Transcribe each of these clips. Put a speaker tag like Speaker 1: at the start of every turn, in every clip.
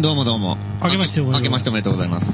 Speaker 1: どうもどうも。
Speaker 2: 明けましておめでと
Speaker 1: 明
Speaker 2: う
Speaker 1: けましておめでとうございます。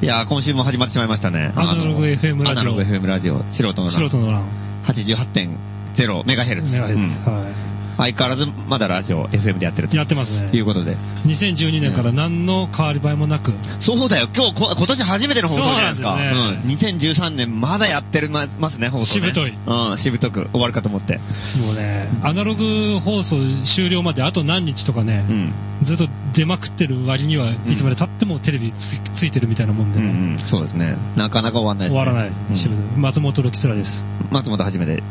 Speaker 1: いやー、今週も始まってしまいましたね。
Speaker 2: アナログ FM ラジオ
Speaker 1: アナログ FM ラジオ、素人のラ
Speaker 2: 素人の欄。
Speaker 1: 88.0メガヘルツ。
Speaker 2: ねあれ
Speaker 1: う
Speaker 2: で
Speaker 1: ん
Speaker 2: すは
Speaker 1: 相変わらずまだラジオ、FM でやってると
Speaker 2: い。やってます
Speaker 1: いう
Speaker 2: ね。
Speaker 1: ことで。
Speaker 2: 2012年から何の変わり映えもなく、
Speaker 1: そうだよ、今日こ、今年初めての放送じゃないですか。
Speaker 2: そうなんで
Speaker 1: うん。2013年まだやってるまますね、放送、ね。
Speaker 2: しぶとい
Speaker 1: うん、しぶとく終わるかと思って。
Speaker 2: もうね、アナログ放送終了まであと何日とか
Speaker 1: う
Speaker 2: ね、
Speaker 1: ん。
Speaker 2: ずっと出まくってる割には、
Speaker 1: ん
Speaker 2: いつまで経ってもテレビつついてるみたいなもん
Speaker 1: う
Speaker 2: で
Speaker 1: ん、うん、そうですね。なかなか終わんないです、
Speaker 2: 終
Speaker 1: ね。
Speaker 2: わらない。しぶとい松本ロキツラです。
Speaker 1: うん松本はじめで。で、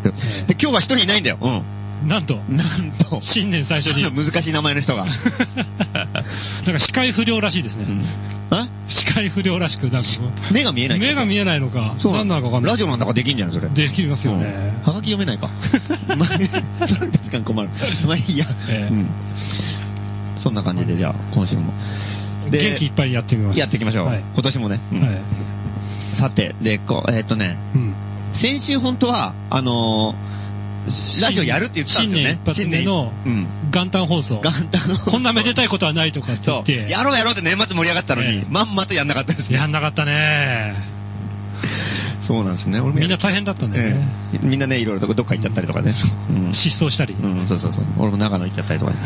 Speaker 1: 今日は一人いないんだよ。うん。
Speaker 2: なんと、
Speaker 1: なんと。
Speaker 2: 新年最初に
Speaker 1: あの、 難しい名前の人が。
Speaker 2: なんか視界不良らしいです
Speaker 1: う
Speaker 2: ね。
Speaker 1: んあ
Speaker 2: 視界不良らしく、なんかもう
Speaker 1: 目が見えない
Speaker 2: 目が見えないのか、何なのかわかんない。
Speaker 1: ラジオなんだかできんじゃん、それ。
Speaker 2: できますよ
Speaker 1: うん
Speaker 2: ね。
Speaker 1: はがき読めない か。まあ、 それ確かに困る。まあいいや。
Speaker 2: え
Speaker 1: う
Speaker 2: え
Speaker 1: んそんな感じで、じゃあ、今週も。で
Speaker 2: 元気いっぱいにやってみます。
Speaker 1: やっていきましょう。
Speaker 2: はい。
Speaker 1: 今年もね。うん
Speaker 2: はい。
Speaker 1: さて、で、こう、えーっとね、
Speaker 2: うん。
Speaker 1: 先週本当は、あのー、ラジオやるって言ってたんですよね。
Speaker 2: 新年一発目の
Speaker 1: 新年うん。
Speaker 2: 元旦放送。
Speaker 1: 元旦の
Speaker 2: こんなめでたいことはないとかって言
Speaker 1: そ
Speaker 2: っ
Speaker 1: う。
Speaker 2: て。
Speaker 1: やろうやろうって年末盛り上がったのに
Speaker 2: ええ、
Speaker 1: まんまとやんなかった ですね。
Speaker 2: やんなかったね。
Speaker 1: そうなんですね。俺もや
Speaker 2: みんな大変だったんだよね。
Speaker 1: ええみんなね、いろいろとどっか行っちゃったりとかね。うん
Speaker 2: 失踪したり。
Speaker 1: うん、そうそうそう。俺も長野行っちゃったりとかね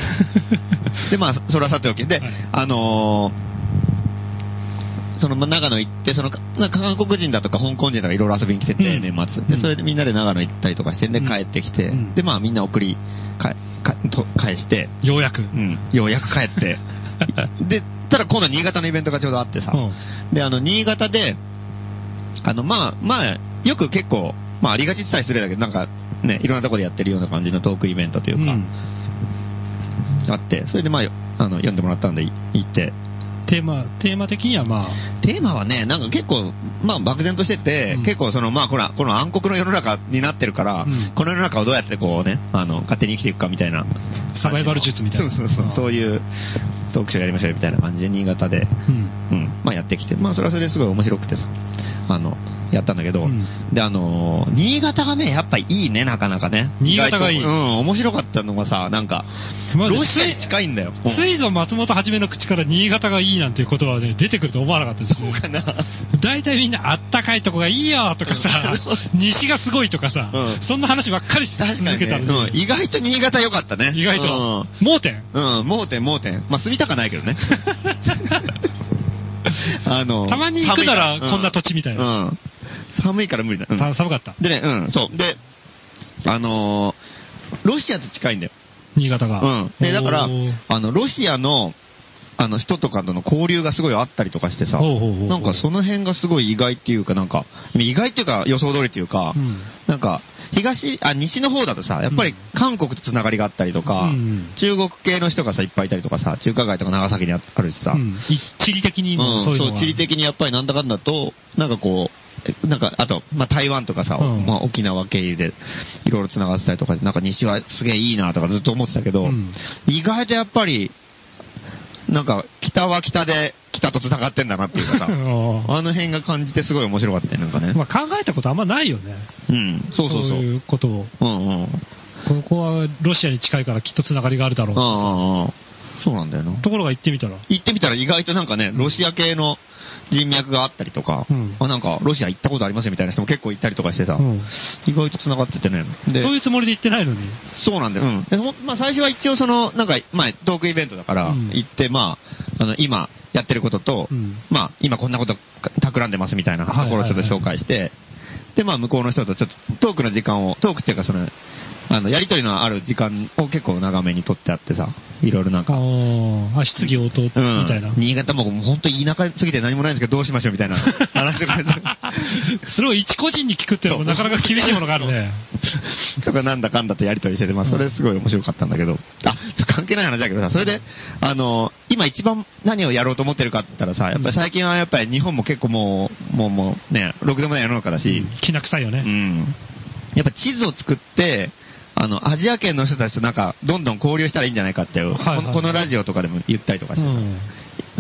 Speaker 1: で、まあ、そそれはさておき。で、
Speaker 2: はい
Speaker 1: あのーその、まあ、長野行って、その、かまあ韓国人だとか香港人だとかいろいろ遊びに来てて、
Speaker 2: うん
Speaker 1: 年末。
Speaker 2: う
Speaker 1: で、
Speaker 2: ん
Speaker 1: それでみんなで長野行ったりとかして、で、
Speaker 2: うん
Speaker 1: 帰ってきて、
Speaker 2: うん
Speaker 1: で、まあ、みんな送り、か、か、と、返して、
Speaker 2: ようやく。
Speaker 1: うん、ようやく帰 って。で、ただ今度は新潟のイベントがちょうどあってさ、
Speaker 2: うん
Speaker 1: で、あの、新潟で、あの、まあ、まあ、よく結構、まあ、ありがちって言ったら失礼だけど、なんか、ね、いろんなとこでやってるような感じのトークイベントといううか、
Speaker 2: ん
Speaker 1: あって、それでまあ、あの、読んでもらったんで、い行って。
Speaker 2: テーマ、テーマ的にはまあ、
Speaker 1: テーマはね、なんか結構、まあ、漠然としてて、
Speaker 2: うん
Speaker 1: 結構その、まあ、ほら、この暗黒の世の中になってるから、
Speaker 2: うん
Speaker 1: この世の中をどうやってこうね、あの、勝手に生きていくかみたいな。
Speaker 2: サバイバル術みたいな
Speaker 1: そうそうそう、
Speaker 2: あー
Speaker 1: そういうトークショーやりましょうよみたいな感じで、新潟で、
Speaker 2: うん。
Speaker 1: うん、まあやってきて、まあそれはそれですごい面白くてさ、あの、やったんだけど、
Speaker 2: うん
Speaker 1: で、あのー新潟がね、やっぱいいね、なかなかね。
Speaker 2: 新潟がいい
Speaker 1: 意外とうん、面白かったのがさ、なんか、
Speaker 2: まあ
Speaker 1: ロシアに近いんだよ。
Speaker 2: ついぞ松本はじめの口から新潟がいいなんていう言葉はね、出てくると思わなかったですね。
Speaker 1: かな。
Speaker 2: 大体みんなあったかいとこがいいよと かさ、西がすごいとかさ、
Speaker 1: うん
Speaker 2: そんな話ばっかりし続
Speaker 1: 確かに、
Speaker 2: け
Speaker 1: ね
Speaker 2: たんで、
Speaker 1: うん。意外と新潟良かったね。
Speaker 2: 意外と、盲点。
Speaker 1: うん。うん、盲点、盲点。まあ、住みたかないけど ね。あの、
Speaker 2: たまに行くなら
Speaker 1: 寒いか
Speaker 2: こんな土地みたいな
Speaker 1: うん。寒いから無理だ。うん
Speaker 2: た寒かった。
Speaker 1: でね、うん、そう。で、あのーロシアと近いんだよ。
Speaker 2: 新潟
Speaker 1: う
Speaker 2: が
Speaker 1: ん。。で、だから
Speaker 2: おー、
Speaker 1: あの、ロシアの、あの、人とかとの交流がすごいあったりとかしてさ、
Speaker 2: ほうほうほう
Speaker 1: なんかその辺がすごい意外っていうか、なんか、意外っていうか予想通りっていうか、
Speaker 2: うん
Speaker 1: なんか、東、あ、西の方だとさ、やっぱり韓国とつながりがあったりとか、
Speaker 2: うん
Speaker 1: 中国系の人がさ、いっぱいいたりとかさ、中華街とか長崎にああるしさ、
Speaker 2: うん地理的にもそういうの
Speaker 1: ん
Speaker 2: が、
Speaker 1: 地理的にやっぱりなんだかんだと、なんかこう、えなんか、あと、まあ、台湾とかさ、
Speaker 2: うん
Speaker 1: まあ、沖縄経由で、いろいろ繋がってたりとか、なんか西はすげえいいなとかずっと思ってたけど、
Speaker 2: うん、
Speaker 1: 意外とやっぱり、なんか、北は北で、北と繋がってんだなっていうかさ
Speaker 2: あ
Speaker 1: あの辺が感じてすごい面白かったよなんか
Speaker 2: ー
Speaker 1: ね。
Speaker 2: まあ考えたことあんまないよね。
Speaker 1: うん、そうそうそう。
Speaker 2: いうことを。
Speaker 1: うんうん。
Speaker 2: ここはロシアに近いからきっとつながりがあるだろう
Speaker 1: あ
Speaker 2: とかさ
Speaker 1: あああ、そうなんだよな。
Speaker 2: ところが行ってみたら、
Speaker 1: 行ってみたら意外となんかね、ロシア系の人脈があったりとか、
Speaker 2: うん
Speaker 1: あなんかロシア行ったことありますよみたいな人も結構行ったりとかしてさ、
Speaker 2: うん
Speaker 1: 意外と繋がっててね。で、そ
Speaker 2: そう
Speaker 1: う
Speaker 2: いうつもりで行ってないのに。
Speaker 1: なんだよ。うん。でほんまあ最初は一応その、なんか、まあトークイベントだから、
Speaker 2: うん
Speaker 1: 行って、まあ、あの、今やってることと、
Speaker 2: うん
Speaker 1: まあ、今こんなこと企んでますみたいなところをちょっと紹介して、で、まあ、向こうの人とちょっとトークの時間を、トークっていうかその、あの、やりとりのある時間を結構長めに取ってあってさ、いろいろなんか
Speaker 2: あ、ーあ、質疑応答み
Speaker 1: うん
Speaker 2: たいな。
Speaker 1: 新潟ももう本当に田舎すぎて何もないんですけど、どうしましょうみたいな話とか、
Speaker 2: それを一個人に聞くっていうのもなかなか厳しいものがあ るね。
Speaker 1: とかなんだかんだとやりとりしてて、まあそれすごい面白かったんだけど、あ、ちょ関係ない話だけどさ、それで、あの、今一番何をやろうと思ってるかって言ったらさ、やっぱり最近はやっぱり日本も結構もう、もうもうね、ろくでもない世の中だし、
Speaker 2: きな臭いよ
Speaker 1: う
Speaker 2: ね。
Speaker 1: ん。やっぱ地図を作って、あの、アジア圏の人たちとなんか、どんどん交流したらいいんじゃないかっていう、
Speaker 2: はいはい
Speaker 1: このこのラジオとかでも言ったりとか
Speaker 2: う
Speaker 1: してさ、
Speaker 2: ん。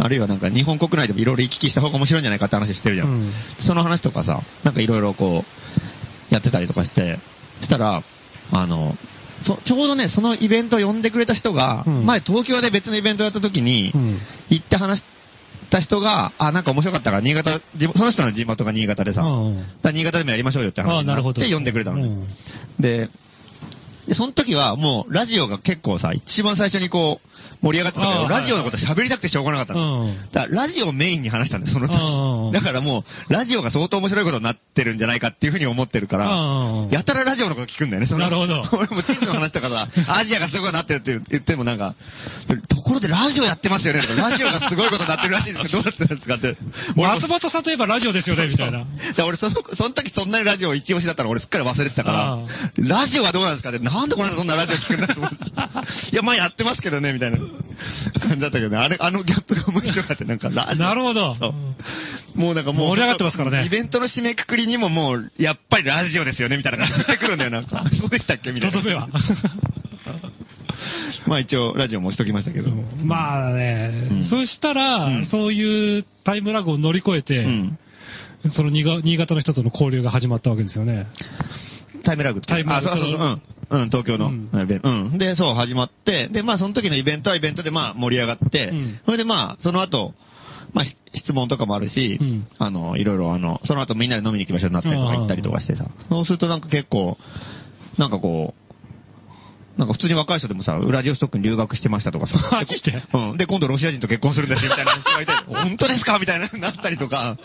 Speaker 1: あるいはなんか日本国内でもいろいろ行き来した方が面白いんじゃないかって話してるじゃん。
Speaker 2: うん
Speaker 1: その話とかさ、なんかいろいろこう、やってたりとかして、したら、あの、そちょうどね、そのイベントを呼んでくれた人が、
Speaker 2: うん
Speaker 1: 前東京で別のイベントやった時に、
Speaker 2: うん。
Speaker 1: 行って話した人が、あ、なんか面白かったから、新潟、地元その人の地元が新潟でさ、だから新潟でもやりましょうよって
Speaker 2: あ
Speaker 1: 話
Speaker 2: あ、
Speaker 1: に
Speaker 2: な
Speaker 1: な
Speaker 2: るほ
Speaker 1: っ
Speaker 2: ど。
Speaker 1: て呼んでくれたのね。
Speaker 2: うん
Speaker 1: で、で、その時はもうラジオが結構さ、一番最初にこう、盛り上がってたんだけ
Speaker 2: あ
Speaker 1: ど、
Speaker 2: あ
Speaker 1: ラジオのこと喋りたくてしょうがなかったの。
Speaker 2: うん。
Speaker 1: だからラジオをメインに話したんだよ、その
Speaker 2: ああ
Speaker 1: 時。だからもう、ラジオが相当面白いことになってるんじゃないかっていうふうに思ってるから、
Speaker 2: ああ
Speaker 1: やたらラジオのこと聞くんだよね、その。
Speaker 2: なるほど
Speaker 1: 俺も地図の話とかさ、アジアがすごいことになってるって言ってもなんか、ところでラジオやってますよね、とかラジオがすごいことになってるらしいんですけど、どうなってるんですかって。俺も
Speaker 2: 松本さんといえばラジオですよね、みたいな。
Speaker 1: だから俺その、その時そんなにラジオ一押しだったの俺すっかり忘れてたから
Speaker 2: ああ、
Speaker 1: ラジオはどうなんですかって、なんでこの人そんなラジオ聞くんだと思って。いや、まあやってますけどね、みたいな感じだったけどね。あれ、あのギャップが面白かった。なんかラジオ。
Speaker 2: なるほど。
Speaker 1: そうもうなんかもう。
Speaker 2: 盛り上がってますからね
Speaker 1: イベントの締めくくりにももう、やっぱりラジオですよね、みたいな感じでくるんだよ、なんか。そうでしたっけみた
Speaker 2: と
Speaker 1: い
Speaker 2: ど
Speaker 1: な。
Speaker 2: めは。
Speaker 1: まあ一応、ラジオもしときましたけど。
Speaker 2: まあ
Speaker 1: う
Speaker 2: ね
Speaker 1: ん、
Speaker 2: そした
Speaker 1: うん
Speaker 2: ら、そういうタイムラグを乗り越え
Speaker 1: う
Speaker 2: て、
Speaker 1: ん。
Speaker 2: その新潟新潟の人との交流が始まったわけですよね。
Speaker 1: タイムラグって。
Speaker 2: タイムラグ
Speaker 1: あ、そうそうそう。うん。うん、東京の。
Speaker 2: うん
Speaker 1: うん。で、そう、始まって、で、まあ、その時のイベントはイベントで、まあ、盛り上がって、
Speaker 2: うん
Speaker 1: それで、まあ、その後、まあ、し質問とかもあるし、
Speaker 2: うん
Speaker 1: あの、いろいろ、あの、その後みんなで飲みに行きましょうになったりとか
Speaker 2: あー
Speaker 1: 行ったりとかしてさ、そうするとなんか結構、なんかこう、なんか普通に若い人でもさ、ウラジオストックに留学してましたとかさ。
Speaker 2: マジで
Speaker 1: うん。で、今度ロシア人と結婚するんだし、みたいな 人がいて、本当ですかみたいな、なったりとか、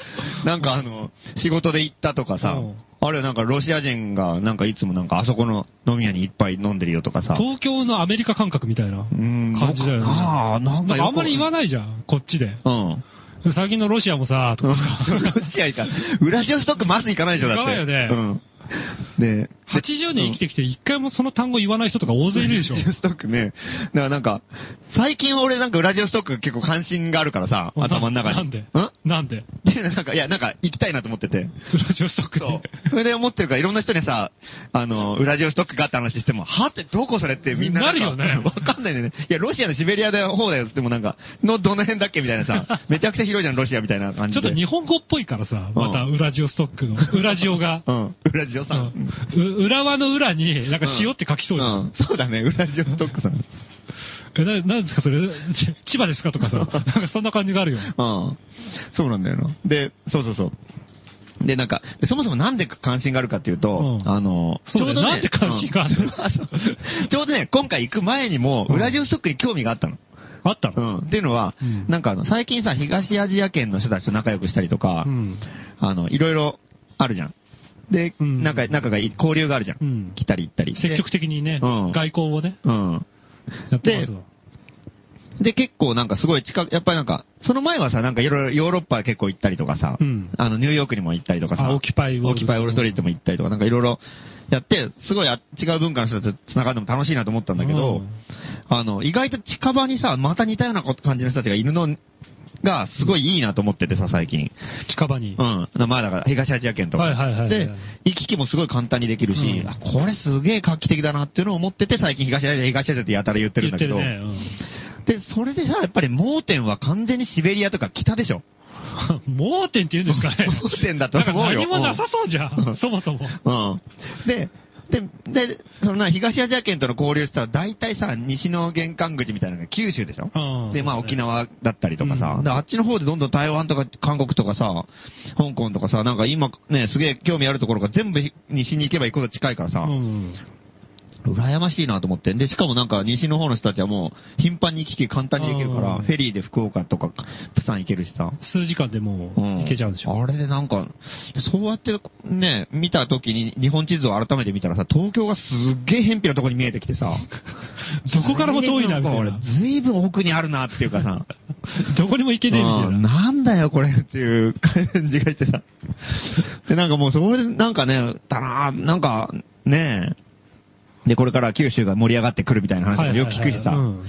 Speaker 1: なんかあの、仕事で行ったとかさ
Speaker 2: うん、
Speaker 1: あれなんかロシア人が、なんかいつもなんかあそこの飲み屋にいっぱい飲んでるよとかさ。
Speaker 2: 東京のアメリカ感覚みたいな
Speaker 1: うーん
Speaker 2: 感じだよね。
Speaker 1: ああ、なんか
Speaker 2: なんかあんまり言わ
Speaker 1: な
Speaker 2: ないじゃん、こっちで。
Speaker 1: うん。
Speaker 2: 最近のロシアもさ、と
Speaker 1: ロ
Speaker 2: かさ。
Speaker 1: シア行かウラジオストックまず行かないでしょ、だって。
Speaker 2: 行かないよね
Speaker 1: うん。で、
Speaker 2: 80年生きてきて一回もその単語言わない人とか大勢いるでしょ
Speaker 1: ウラ。ジオストックね。だからなんか、最近俺なんかウラジオストック結構関心があるからさ、頭の中に。
Speaker 2: なんで
Speaker 1: ん
Speaker 2: なんで
Speaker 1: で、なんか、いや、なんか行きたいなと思ってて。
Speaker 2: ウラジオストック
Speaker 1: そ
Speaker 2: で
Speaker 1: う。。 それで思ってるから、いろんな人にさ、あの、ウラジオストックがって話しても、はってどこそれってみんななんか。
Speaker 2: なる よね
Speaker 1: わかんないんだよね。いや、ロシアのシベリアの方だよってってもなんか、の、どの辺だっけみたいな さ、めちゃくちゃ広いじゃん、ロシアみたいな感
Speaker 2: ちょ
Speaker 1: じで。
Speaker 2: っと日本語っぽいからさ、またウラジオストックの、ウラジオが。
Speaker 1: うん。ウラジオさん。
Speaker 2: うんう裏輪の裏に、なんか塩って書きそうじゃん。
Speaker 1: ん。そうだね、ウラジオストックさん。
Speaker 2: え、な、なんですかそれ、ち千葉ですかとかさ、なんかそんな感じがあるよ。
Speaker 1: うん。そうなんだよな。で、そうそうそう。で、なんか、でそもそもなんで関心があるかっていうと、
Speaker 2: うん
Speaker 1: あの、
Speaker 2: そうだよなんで関心があるの
Speaker 1: うん そうちょうどね、今回行く前にも、ウラジオストックに興味があったの。
Speaker 2: あった
Speaker 1: う
Speaker 2: の
Speaker 1: ん。っていうのは、
Speaker 2: うん
Speaker 1: なんかあの、最近さ、東アジア圏の人たちと仲良くしたりとか、
Speaker 2: うん。
Speaker 1: あの、いろいろあるじゃん。で、
Speaker 2: うん
Speaker 1: なんか、仲がいい、交流があるじゃん。
Speaker 2: うん
Speaker 1: 来たり行ったり。で
Speaker 2: 積極的にね、
Speaker 1: うん
Speaker 2: 外交をね、
Speaker 1: うん。
Speaker 2: やってますわ。
Speaker 1: で、結構なんかすごい近く、やっぱりなんか、その前はさ、なんかいろいろヨーロッパ結構行ったりとかさ、
Speaker 2: うん
Speaker 1: あの、ニューヨークにも行ったりとかさ、
Speaker 2: あオキュパイウォール
Speaker 1: オキュパイウォールストリートも行ったりとか、なんかいろいろやって、すごいあ違う文化の人たちと繋がるのも楽しいなと思ったんだけど、
Speaker 2: うん
Speaker 1: あの、意外と近場にさ、また似たようなこと感じの人たちがいるのが、すごいいいなと思っててさ、最近。
Speaker 2: 近場に
Speaker 1: う。ん。まあだから、東アジア圏とか。
Speaker 2: はいはいはいはい
Speaker 1: で、行き来もすごい簡単にできるし、
Speaker 2: うん
Speaker 1: あこれすげえ画期的だなっていうのを思ってて、最近東アジア、東アジアってやたら言ってるん
Speaker 2: 言
Speaker 1: だけ
Speaker 2: って
Speaker 1: ど、
Speaker 2: るね。
Speaker 1: で、それでさ、やっぱり盲点は完全にシベリアとか北でしょ。
Speaker 2: うん 盲点って言うんですか ね。
Speaker 1: 盲点だと思うよ
Speaker 2: なんか何もなさそうじゃん、そもそも。
Speaker 1: うん。で、で、で、そのな、東アジア圏との交流したら、大体さ、西の玄関口みたいなのが九州でしょ。
Speaker 2: うん
Speaker 1: で、まあ沖縄だったりとかさ、
Speaker 2: うん
Speaker 1: で、あっちの方でどんどん台湾とか韓国とかさ、香港とかさ、なんか今ね、すげえ興味あるところが全部西に行けば行くほど近いからさ、
Speaker 2: うん。
Speaker 1: 羨ましいなと思って。で、しかもなんか西の方の人たちはもう頻繁に行き来簡単にできるから、
Speaker 2: うん
Speaker 1: フェリーで福岡とか、プサン行けるしさ。
Speaker 2: 数時間でもう行けちゃうんでしょ。
Speaker 1: あれでなんか、そうやってね、見た時に日本地図を改めて見たらさ、東京がすっげえ偏僻なとこに見えてきて さ、
Speaker 2: どこからも遠いな、みたい
Speaker 1: 俺
Speaker 2: な。
Speaker 1: ずいぶん奥にあるなっていうかさ、
Speaker 2: どこにも行けねえ、みたい
Speaker 1: うん
Speaker 2: な。
Speaker 1: なんだよこれっていう感じがして さ。で、なんかもうそれでなんかね、だなぁなんかねで、これから九州が盛り上がってくるみたいな話もよく聞くしさ、
Speaker 2: はいはいはいうん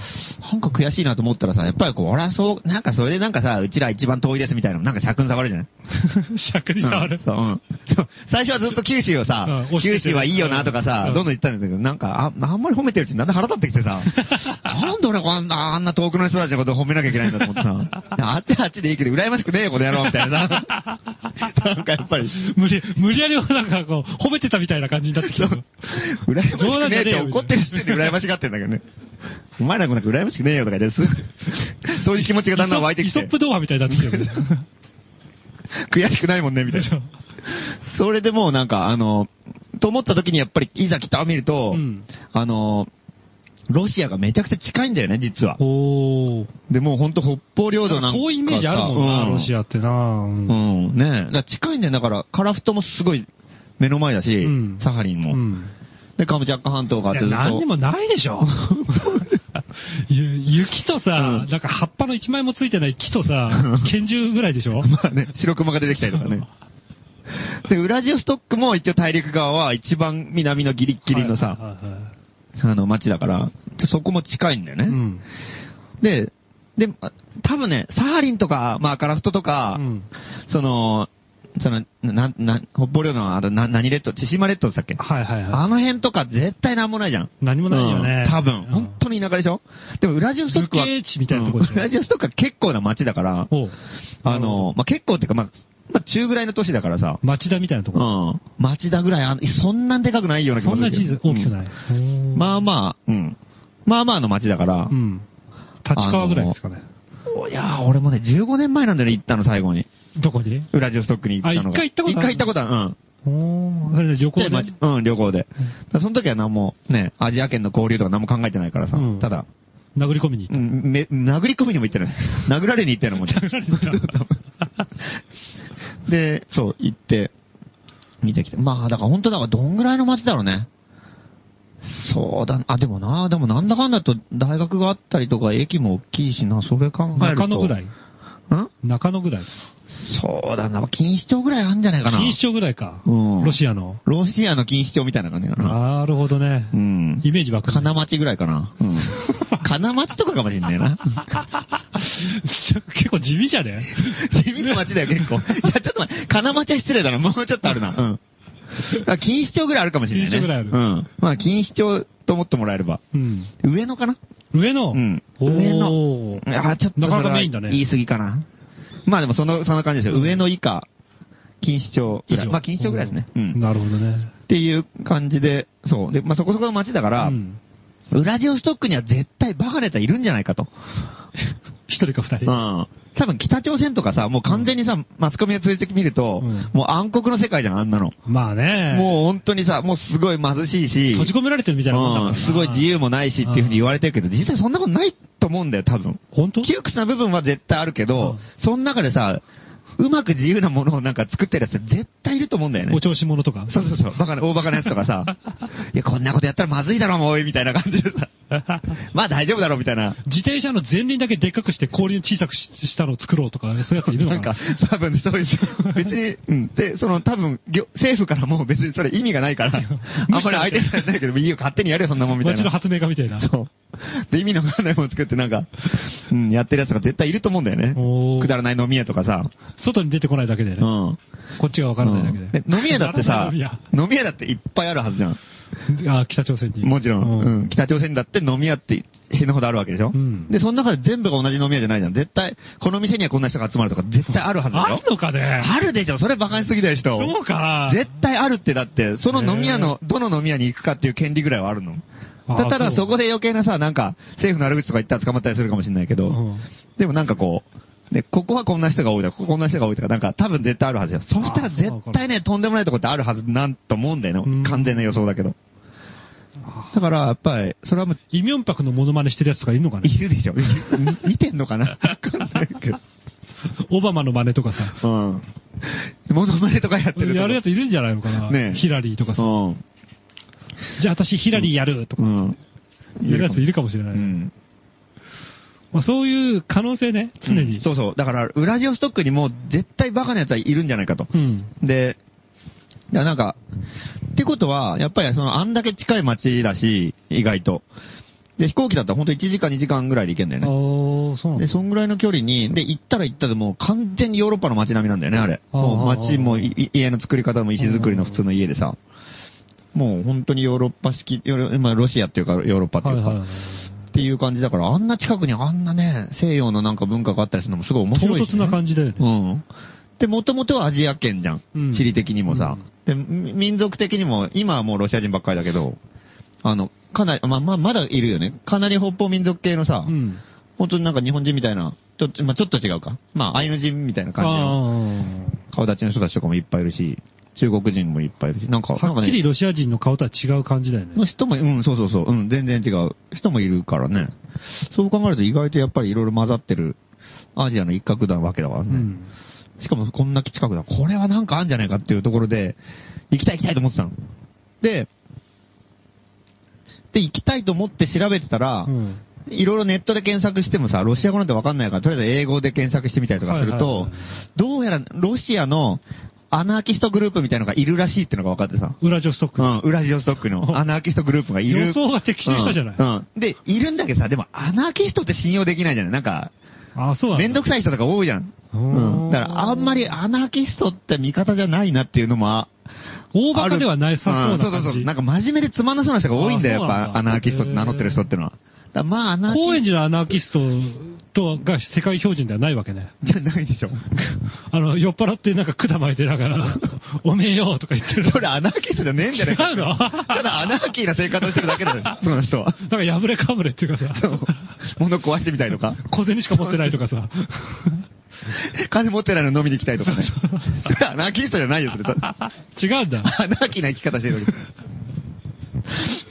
Speaker 1: なんか悔しいなと思ったらさ、やっぱりこう、俺はそう、なんかそれでなんかさ、うちら一番遠いですみたいなの、なんか尺に触るじゃない
Speaker 2: 尺に触る
Speaker 1: うん。そううんそう最初はずっと九州をさ
Speaker 2: うん、押して
Speaker 1: 九
Speaker 2: て
Speaker 1: 州はいいよなとかさ、
Speaker 2: う
Speaker 1: ど
Speaker 2: ん
Speaker 1: んどん言ってたんだけど、なんか、ああんまり褒めてるうちになんだ腹立ってきて さ、なんで俺こんな、あんな遠くの人たちのことを褒めなきゃいけないんだと思って さ、あっちはあっちでいいけど、羨ましくねえよ、この野郎、みたいなさ。なんかやっぱり、
Speaker 2: 無理、無理やりなんかこう、褒めてたみたいな感じになってき
Speaker 1: そ
Speaker 2: た。
Speaker 1: う羨ましくねくねえって怒ってる時点で羨ましがってんだけどね。お前らもなんか羨ましくねえよとかです。 そういう気持ちがだんだん湧いてき
Speaker 2: イソ
Speaker 1: て
Speaker 2: ッ、プ童話みたいになってきてるね。
Speaker 1: 悔しくないもん ね、み たいな。それでもうなんか、あの、と思った時にやっぱりいざ北を見ると、
Speaker 2: うん
Speaker 1: あの、ロシアがめちゃくちゃ近いんだよね、実は。
Speaker 2: おー。
Speaker 1: で、もうほんと北方領土なんかさ。
Speaker 2: こういうイメージあるもんな、
Speaker 1: うん
Speaker 2: ロシアってな。うん
Speaker 1: うん。ねえ。だから近いんだよ。だから、カラフトもすごい目の前だし、
Speaker 2: うん
Speaker 1: サハリンも。
Speaker 2: うん
Speaker 1: で、カムチャッカ半島があっ
Speaker 2: い
Speaker 1: て
Speaker 2: や、
Speaker 1: ずっと。
Speaker 2: なんでもないでしょ。ゆ雪とさ、
Speaker 1: うん
Speaker 2: なんか葉っぱの一枚もついてない木 とさ、拳銃ぐらいでしょ
Speaker 1: まあね、白熊が出てきたりとか ね。で、ウラジオストックも一応大陸側は一番南のギリッギリの
Speaker 2: はい
Speaker 1: さ、
Speaker 2: はいはいはい
Speaker 1: あの街だから、そこも近いんだよね。
Speaker 2: うん。
Speaker 1: で、で、あ多分ね、サハリンとか、まあカラフトとか、
Speaker 2: うん
Speaker 1: その、その、な、な、北方領土のあと、な、何列島千島列島だっけ
Speaker 2: はいはい
Speaker 1: あ
Speaker 2: は
Speaker 1: の辺とか絶対なんもないじゃん。
Speaker 2: い。何もないよね。
Speaker 1: うん多分
Speaker 2: う、ん
Speaker 1: 本当に田舎でしょでも、ウラジオストックは、
Speaker 2: 流刑地みたいなとこでしょ
Speaker 1: うんウラジオストックは結構な街だから、
Speaker 2: おう
Speaker 1: あの、まあ、結構っていうか、まあ、まあ、中ぐらいの都市だからさ、
Speaker 2: 町田みたいなと
Speaker 1: う
Speaker 2: こ。
Speaker 1: ん。町田ぐらいあん、そんなんでかくないような気
Speaker 2: そ
Speaker 1: もす
Speaker 2: んな
Speaker 1: るけ
Speaker 2: 地
Speaker 1: ど。
Speaker 2: 図大きくない。
Speaker 1: うんまあまあ、うん。まあまあの町だから
Speaker 2: う、ん。立川ぐらいですかね。
Speaker 1: いやー、俺もね、15年前なんだよね、行ったの、最後に。
Speaker 2: どこに
Speaker 1: ウラジオストックに行ったのが。
Speaker 2: あ一回行ったことある
Speaker 1: 一回行ったことあるうん。
Speaker 2: おーそれで旅行
Speaker 1: で、
Speaker 2: で。
Speaker 1: まじうん、旅行で。だからその時は何も、ね、アジア圏の交流とか何も考えてないからさ、
Speaker 2: うん
Speaker 1: ただ、
Speaker 2: 殴り込みに行っ
Speaker 1: うん、め、殴り込みにも行って ない。殴られに行ったのもね。
Speaker 2: 殴られに行った
Speaker 1: 多分で、そう、行って、見てきて。まあ、だから本当だからどんぐらいの街だろうね。そうだ、あ、でもな、でもなんだかんだと大学があったりとか駅も大きいしな、それ考
Speaker 2: た。
Speaker 1: えると。
Speaker 2: 中野ぐらい。
Speaker 1: うん
Speaker 2: 中野ぐらい。
Speaker 1: そうだな、錦糸町ぐらいあるんじゃないかな。
Speaker 2: 錦糸町ぐらいか。
Speaker 1: うん
Speaker 2: ロシアの。
Speaker 1: ロシアの錦糸町みたいな感じかな。
Speaker 2: なるほどね
Speaker 1: う。ん。
Speaker 2: イメージばっかり。
Speaker 1: 金町ぐらいかな。うん。金町とかかもしんないな。
Speaker 2: 結構地味じゃね
Speaker 1: 地味な町だよ、結構。いや、ちょっと待って、金町は失礼だな。もうちょっとあるな。うん。だから錦糸町ぐらいあるかもしれないね。
Speaker 2: 錦糸町ぐらいある
Speaker 1: うん。まあ、錦糸町と思ってもらえれば。
Speaker 2: うん。
Speaker 1: 上野かな
Speaker 2: 上野
Speaker 1: うん
Speaker 2: おー
Speaker 1: 上野あー、ちょっとそれ
Speaker 2: なか
Speaker 1: は
Speaker 2: なかメインだね。
Speaker 1: 言い過ぎかな。まあでも、その、そんな感じですよ。上野以下、錦糸町ぐらい。
Speaker 2: 以上
Speaker 1: まあ、錦糸町ぐらいですね。うん。
Speaker 2: なるほどね。
Speaker 1: っていう感じで、そう。で、まあ、そこそこの町だから、
Speaker 2: うん
Speaker 1: ウラジオストックには絶対バカなやつはいるんじゃないかと。
Speaker 2: 一人か二
Speaker 1: う
Speaker 2: 人。
Speaker 1: ん。多分北朝鮮とかさ、もう完全にさ、マスコミが通じてみると、
Speaker 2: うん
Speaker 1: もう暗黒の世界じゃん、あんなの。
Speaker 2: まあね。
Speaker 1: もう本当にさ、もうすごい貧しいし、
Speaker 2: 閉じ込められてるみたいなもんだか
Speaker 1: う
Speaker 2: ら
Speaker 1: ん、
Speaker 2: な
Speaker 1: すごい自由もないしっていうふうに言われてるけど、実際そんなことないと思うんだよ、多分。
Speaker 2: 本当
Speaker 1: 窮屈な部分は絶対あるけ
Speaker 2: う
Speaker 1: ど
Speaker 2: ん、
Speaker 1: その中でさ、うまく自由なものをなんか作ってるやつって絶対いると思うんだよね
Speaker 2: お。調子者とか。
Speaker 1: そうそうそう、バカな、大バカなやつとか さ、いや、こんなことやったらまずいだろ、もう、おいみたいな感じで さ、まあ大丈夫だろ、みたいな。
Speaker 2: 自転車の前輪だけでっかくして氷を小さくししたのを作ろうとか、そういうやついるの
Speaker 1: な
Speaker 2: か
Speaker 1: ん
Speaker 2: な
Speaker 1: か、多分そうです。別に、うん。で、その多分、ぎょ政府からも別にそれ意味がないから、あんまり相手にならないけど、いいよ、勝手にやれよ、そんなもんみたい
Speaker 2: 街の
Speaker 1: な。
Speaker 2: 発明家みたいな。
Speaker 1: そう。で、意味のわかんないもの作ってなんか、うん、やってるやつとか絶対いると思うんだよね。
Speaker 2: おー
Speaker 1: くだらない飲み屋とかさ。
Speaker 2: 外に出てこないだけで
Speaker 1: うん。
Speaker 2: ね。こっちがわからないだけで
Speaker 1: うん。で飲み屋だってさ、
Speaker 2: 飲み屋
Speaker 1: 飲み屋だっていっぱいあるはずじゃん。
Speaker 2: あ、北朝鮮に。
Speaker 1: もちろん。
Speaker 2: う
Speaker 1: うん。北朝鮮だって飲み屋って死ぬほどあるわけでしょ
Speaker 2: うん
Speaker 1: で、その中で全部が同じ飲み屋じゃないじゃん。絶対、この店にはこんな人が集まるとか絶対あるはずだ
Speaker 2: あ
Speaker 1: よ
Speaker 2: る。のかね
Speaker 1: あるでしょそれバカにすぎだよ、人。
Speaker 2: そうか。
Speaker 1: 絶対あるってだって、その飲み屋の、どの飲み屋に行くかっていう権利ぐらいはあるの。
Speaker 2: あ
Speaker 1: だただ
Speaker 2: そう
Speaker 1: そこで余計なさ、なんか、政府の悪口とか言ったら捕まったりするかもしれないけど、
Speaker 2: うん
Speaker 1: でもなんかこう、で、ここはこんな人が多いだ、こここんな人が多いとか、なんか多分絶対あるはずよ。そしたら絶対ね、とんでもないとこってあるはずなんと思うんだよ
Speaker 2: うん
Speaker 1: ね。完全な予想だけど。だから、やっぱり、それはもう、
Speaker 2: イミョンパクのモノマネしてるやつとかいるのかね
Speaker 1: いるでしょ。み見てんの かなわかんないけど。
Speaker 2: オバマの真似とかさ。
Speaker 1: うん。モノマネとかやってると。
Speaker 2: やるやついるんじゃないのかな
Speaker 1: ねえ
Speaker 2: ヒラリーとか
Speaker 1: う
Speaker 2: さ。じゃあ私ヒラリーやるとか。
Speaker 1: ん。うん。
Speaker 2: やるやついるかもしれな
Speaker 1: う
Speaker 2: い。
Speaker 1: ん。
Speaker 2: まあそういう可能性ね、常
Speaker 1: うん
Speaker 2: に。
Speaker 1: そうそう。だから、ウラジオストックにも絶対バカな奴はいるんじゃないかと。
Speaker 2: うん。
Speaker 1: で、いや、なんか、ってことは、やっぱりその、あんだけ近い街だし、意外と。で、飛行機だったらほんと1時間2時間ぐらいで行けんだよね。
Speaker 2: ああ、そうなん
Speaker 1: で、
Speaker 2: だ。
Speaker 1: そんぐらいの距離に、で、行ったら行ったでもう完全にヨーロッパの街並みなんだよね、あれ。
Speaker 2: あー
Speaker 1: もう街もい、い家の作り方も石造りの普通の家でさ。もう本当にヨーロッパ式、ヨーロまあロシアっていうかヨーロッパって
Speaker 2: はいいう
Speaker 1: か、
Speaker 2: はいはい。
Speaker 1: っていう感じだから、あんな近くにあんなね、西洋のなんか文化があったりするのもすごい面
Speaker 2: 唐
Speaker 1: 白いし、ね。
Speaker 2: 突な感じだよね。
Speaker 1: うん。で、もともとはアジア圏じゃん。
Speaker 2: うん
Speaker 1: 地理的にもさ。で、み民族的にも、今はもうロシア人ばっかりだけど、あの、かなり、まあ、まあ、まだいるよね。かなり北方民族系のさ、
Speaker 2: うん。
Speaker 1: 本当になんか日本人みたいな、ちょっと、まあ、ちょっと違うか。まあ、アイヌ人みたいな感じの顔立ちの人たちとかもいっぱいいるし、中国人もいっぱいいるし、なんか、
Speaker 2: ああ。
Speaker 1: なんか
Speaker 2: はっきり
Speaker 1: ね、
Speaker 2: ロシア人の顔とは違う感じだよ
Speaker 1: の
Speaker 2: ね。
Speaker 1: 人も、うん、そうそうそう、うん、全然違う人もいるからね。そう考えると意外とやっぱりいろいろ混ざってるアジアの一角なわけだから
Speaker 2: う
Speaker 1: ね。
Speaker 2: ん。
Speaker 1: しかもこんな近くだ。これはなんかあんじゃないかっていうところで、行きたい行きたいと思ってたの。で、で、行きたいと思って調べてたら
Speaker 2: う、ん。
Speaker 1: いろいろネットで検索してもさ、ロシア語なんてわかんないから、とりあえず英語で検索してみたりとかする
Speaker 2: はいはい
Speaker 1: と
Speaker 2: はい、
Speaker 1: どうやらロシアのアナーキストグループみたいなのがいるらしいってのが分かってさ。
Speaker 2: ウラジョストッ
Speaker 1: う
Speaker 2: ク。
Speaker 1: ん、ウラジオストックのアナーキストグループがいる。
Speaker 2: 予想が的中したじゃない
Speaker 1: うん。うんで、いるんだけどさ、でもアナーキストって信用できないじゃないなんか、
Speaker 2: あ、そうなんだ。
Speaker 1: めんどくさい人とか多いじゃん。うん。だからあんまりアナーキストって味方じゃないなっていうのもあ、
Speaker 2: 大バカではないさそう
Speaker 1: ある
Speaker 2: な感じ。
Speaker 1: んそうそうそう。なんか真面目でつまんなそうな人が多いんだよ、やっ
Speaker 2: あそうなん
Speaker 1: ぱ
Speaker 2: だ
Speaker 1: アナーキストって名乗ってる人ってのは。だからまあ、アナーキ
Speaker 2: 高円
Speaker 1: ス
Speaker 2: 寺のアナーキストとが世界標準ではないわけね。
Speaker 1: トじゃないでしょ。
Speaker 2: あの、酔っ払ってなんか管巻いてながら、おめえよとか言ってる。
Speaker 1: それアナーキストじゃねえんじゃねえか。
Speaker 2: 違うの
Speaker 1: ただアナーキーな生活をしてるだけだよ、その人は。
Speaker 2: なんか破れかぶれっていうかさ、
Speaker 1: そう物壊してみたいと か、
Speaker 2: 小銭しか持ってないと かさ。
Speaker 1: 金持ってないの飲みに行きたいとかね。それアナーキストじゃないよ、それ。
Speaker 2: 違うんだ。
Speaker 1: アナーキーな生き方してるわけ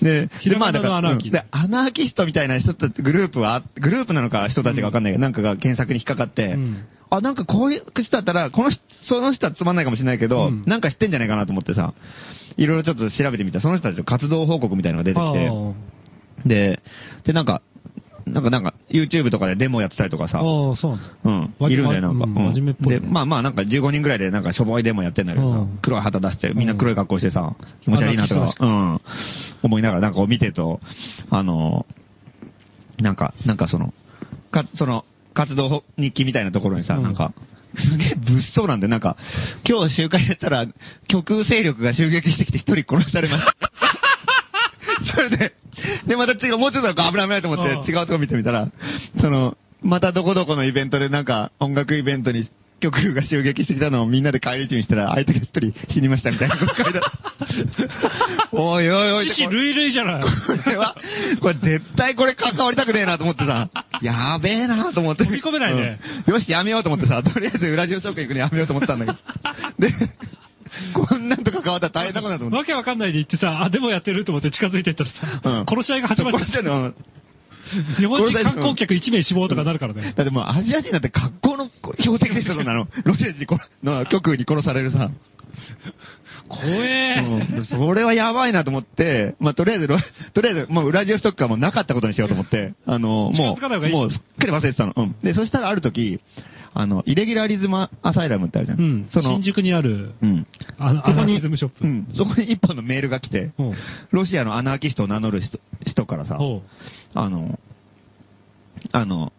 Speaker 1: で。で、
Speaker 2: ひらがなのアナーキー
Speaker 1: うんで、アナーキストみたいな人ってグループは、グループなのか人たちがわかんないけど、なんかが検索に引っかかって、
Speaker 2: うん
Speaker 1: あ、なんかこういう口だったら、この人、その人はつまんないかもしれないけど、
Speaker 2: うん
Speaker 1: なんか知ってんじゃないかなと思ってさ、いろいろちょっと調べてみたら、その人たちの活動報告みたいなのが出てきて、で、で、なんか、なんか、なんか、YouTube とかでデモやってたりとかさ、
Speaker 2: ああ、そうなんだ。
Speaker 1: うん、
Speaker 2: わ
Speaker 1: いるんだよ、なんか。
Speaker 2: うん
Speaker 1: うん
Speaker 2: 真面目っぽいね
Speaker 1: で、まあまあ、なんか15人ぐらいで、なんか、しょぼいデモやってんだけど
Speaker 2: う
Speaker 1: さ
Speaker 2: ん、
Speaker 1: 黒い旗出して、みんな黒い格好してさ、気持ち悪いなと
Speaker 2: あなん
Speaker 1: か
Speaker 2: か、
Speaker 1: うん、思いながら、なんかこう見てると、あの、なんか、なんかその、か、その、活動日記みたいなところにさ、
Speaker 2: うん
Speaker 1: なんか、すげえ物騒なんで、なんか、今日集会やったら、極右勢力が襲撃してきて一人殺されました。 それで、で、また違う、もうちょっと危ない危ないと思
Speaker 2: うん
Speaker 1: って、違うとこ見てみたら、その、またどこどこのイベントでなんか、音楽イベントに、極右が襲撃してきたのをみんなで帰り道にしたら、相手が一人死にましたみたいなこと書いて あるおいおいおい。
Speaker 2: 一種類類じゃない。
Speaker 1: これは、これ絶対これ関わりたくねえなと思ってさ、やべえなと思って。
Speaker 2: 飛び込めないね
Speaker 1: うんよし、やめようと思ってさ、とりあえず裏重症区行くのやめようと思ったんだけど。で、こんなんと関わったら大変なことだと思って。
Speaker 2: わけわかんないで言ってさ、あ、でもやってると思って近づいてったら
Speaker 1: う
Speaker 2: さ
Speaker 1: ん、
Speaker 2: 殺し合いが始まっちゃ
Speaker 1: 殺しちゃう
Speaker 2: う。
Speaker 1: のうん
Speaker 2: 日本人観光客1名死亡とかなるからね。
Speaker 1: だってもうアジア人だって格好の標的ですよ、そんな の。ロシア人に殺の極右に殺されるさ。
Speaker 2: 怖え。
Speaker 1: うんそれはやばいなと思って、まあ、とりあえず ロ、とりあえず、もうウラジオストックはもうなかったことにしようと思って、あの、
Speaker 2: 近
Speaker 1: も
Speaker 2: づかない方が
Speaker 1: う、
Speaker 2: いい
Speaker 1: もうすっかり忘れてたの。うん。で、そしたらある時、あの、イレギュラリズムアサイラムってあるじゃん。
Speaker 2: うん。
Speaker 1: その
Speaker 2: 新、宿にある、
Speaker 1: うん。
Speaker 2: あの、
Speaker 1: そ
Speaker 2: ア
Speaker 1: こ
Speaker 2: ナ
Speaker 1: に、
Speaker 2: リズムショッ
Speaker 1: う
Speaker 2: プ。
Speaker 1: ん。そこに一本のメールが来て、
Speaker 2: おう
Speaker 1: ロシアのアナーキストを名乗る人人からさ、
Speaker 2: おう
Speaker 1: あの、あの、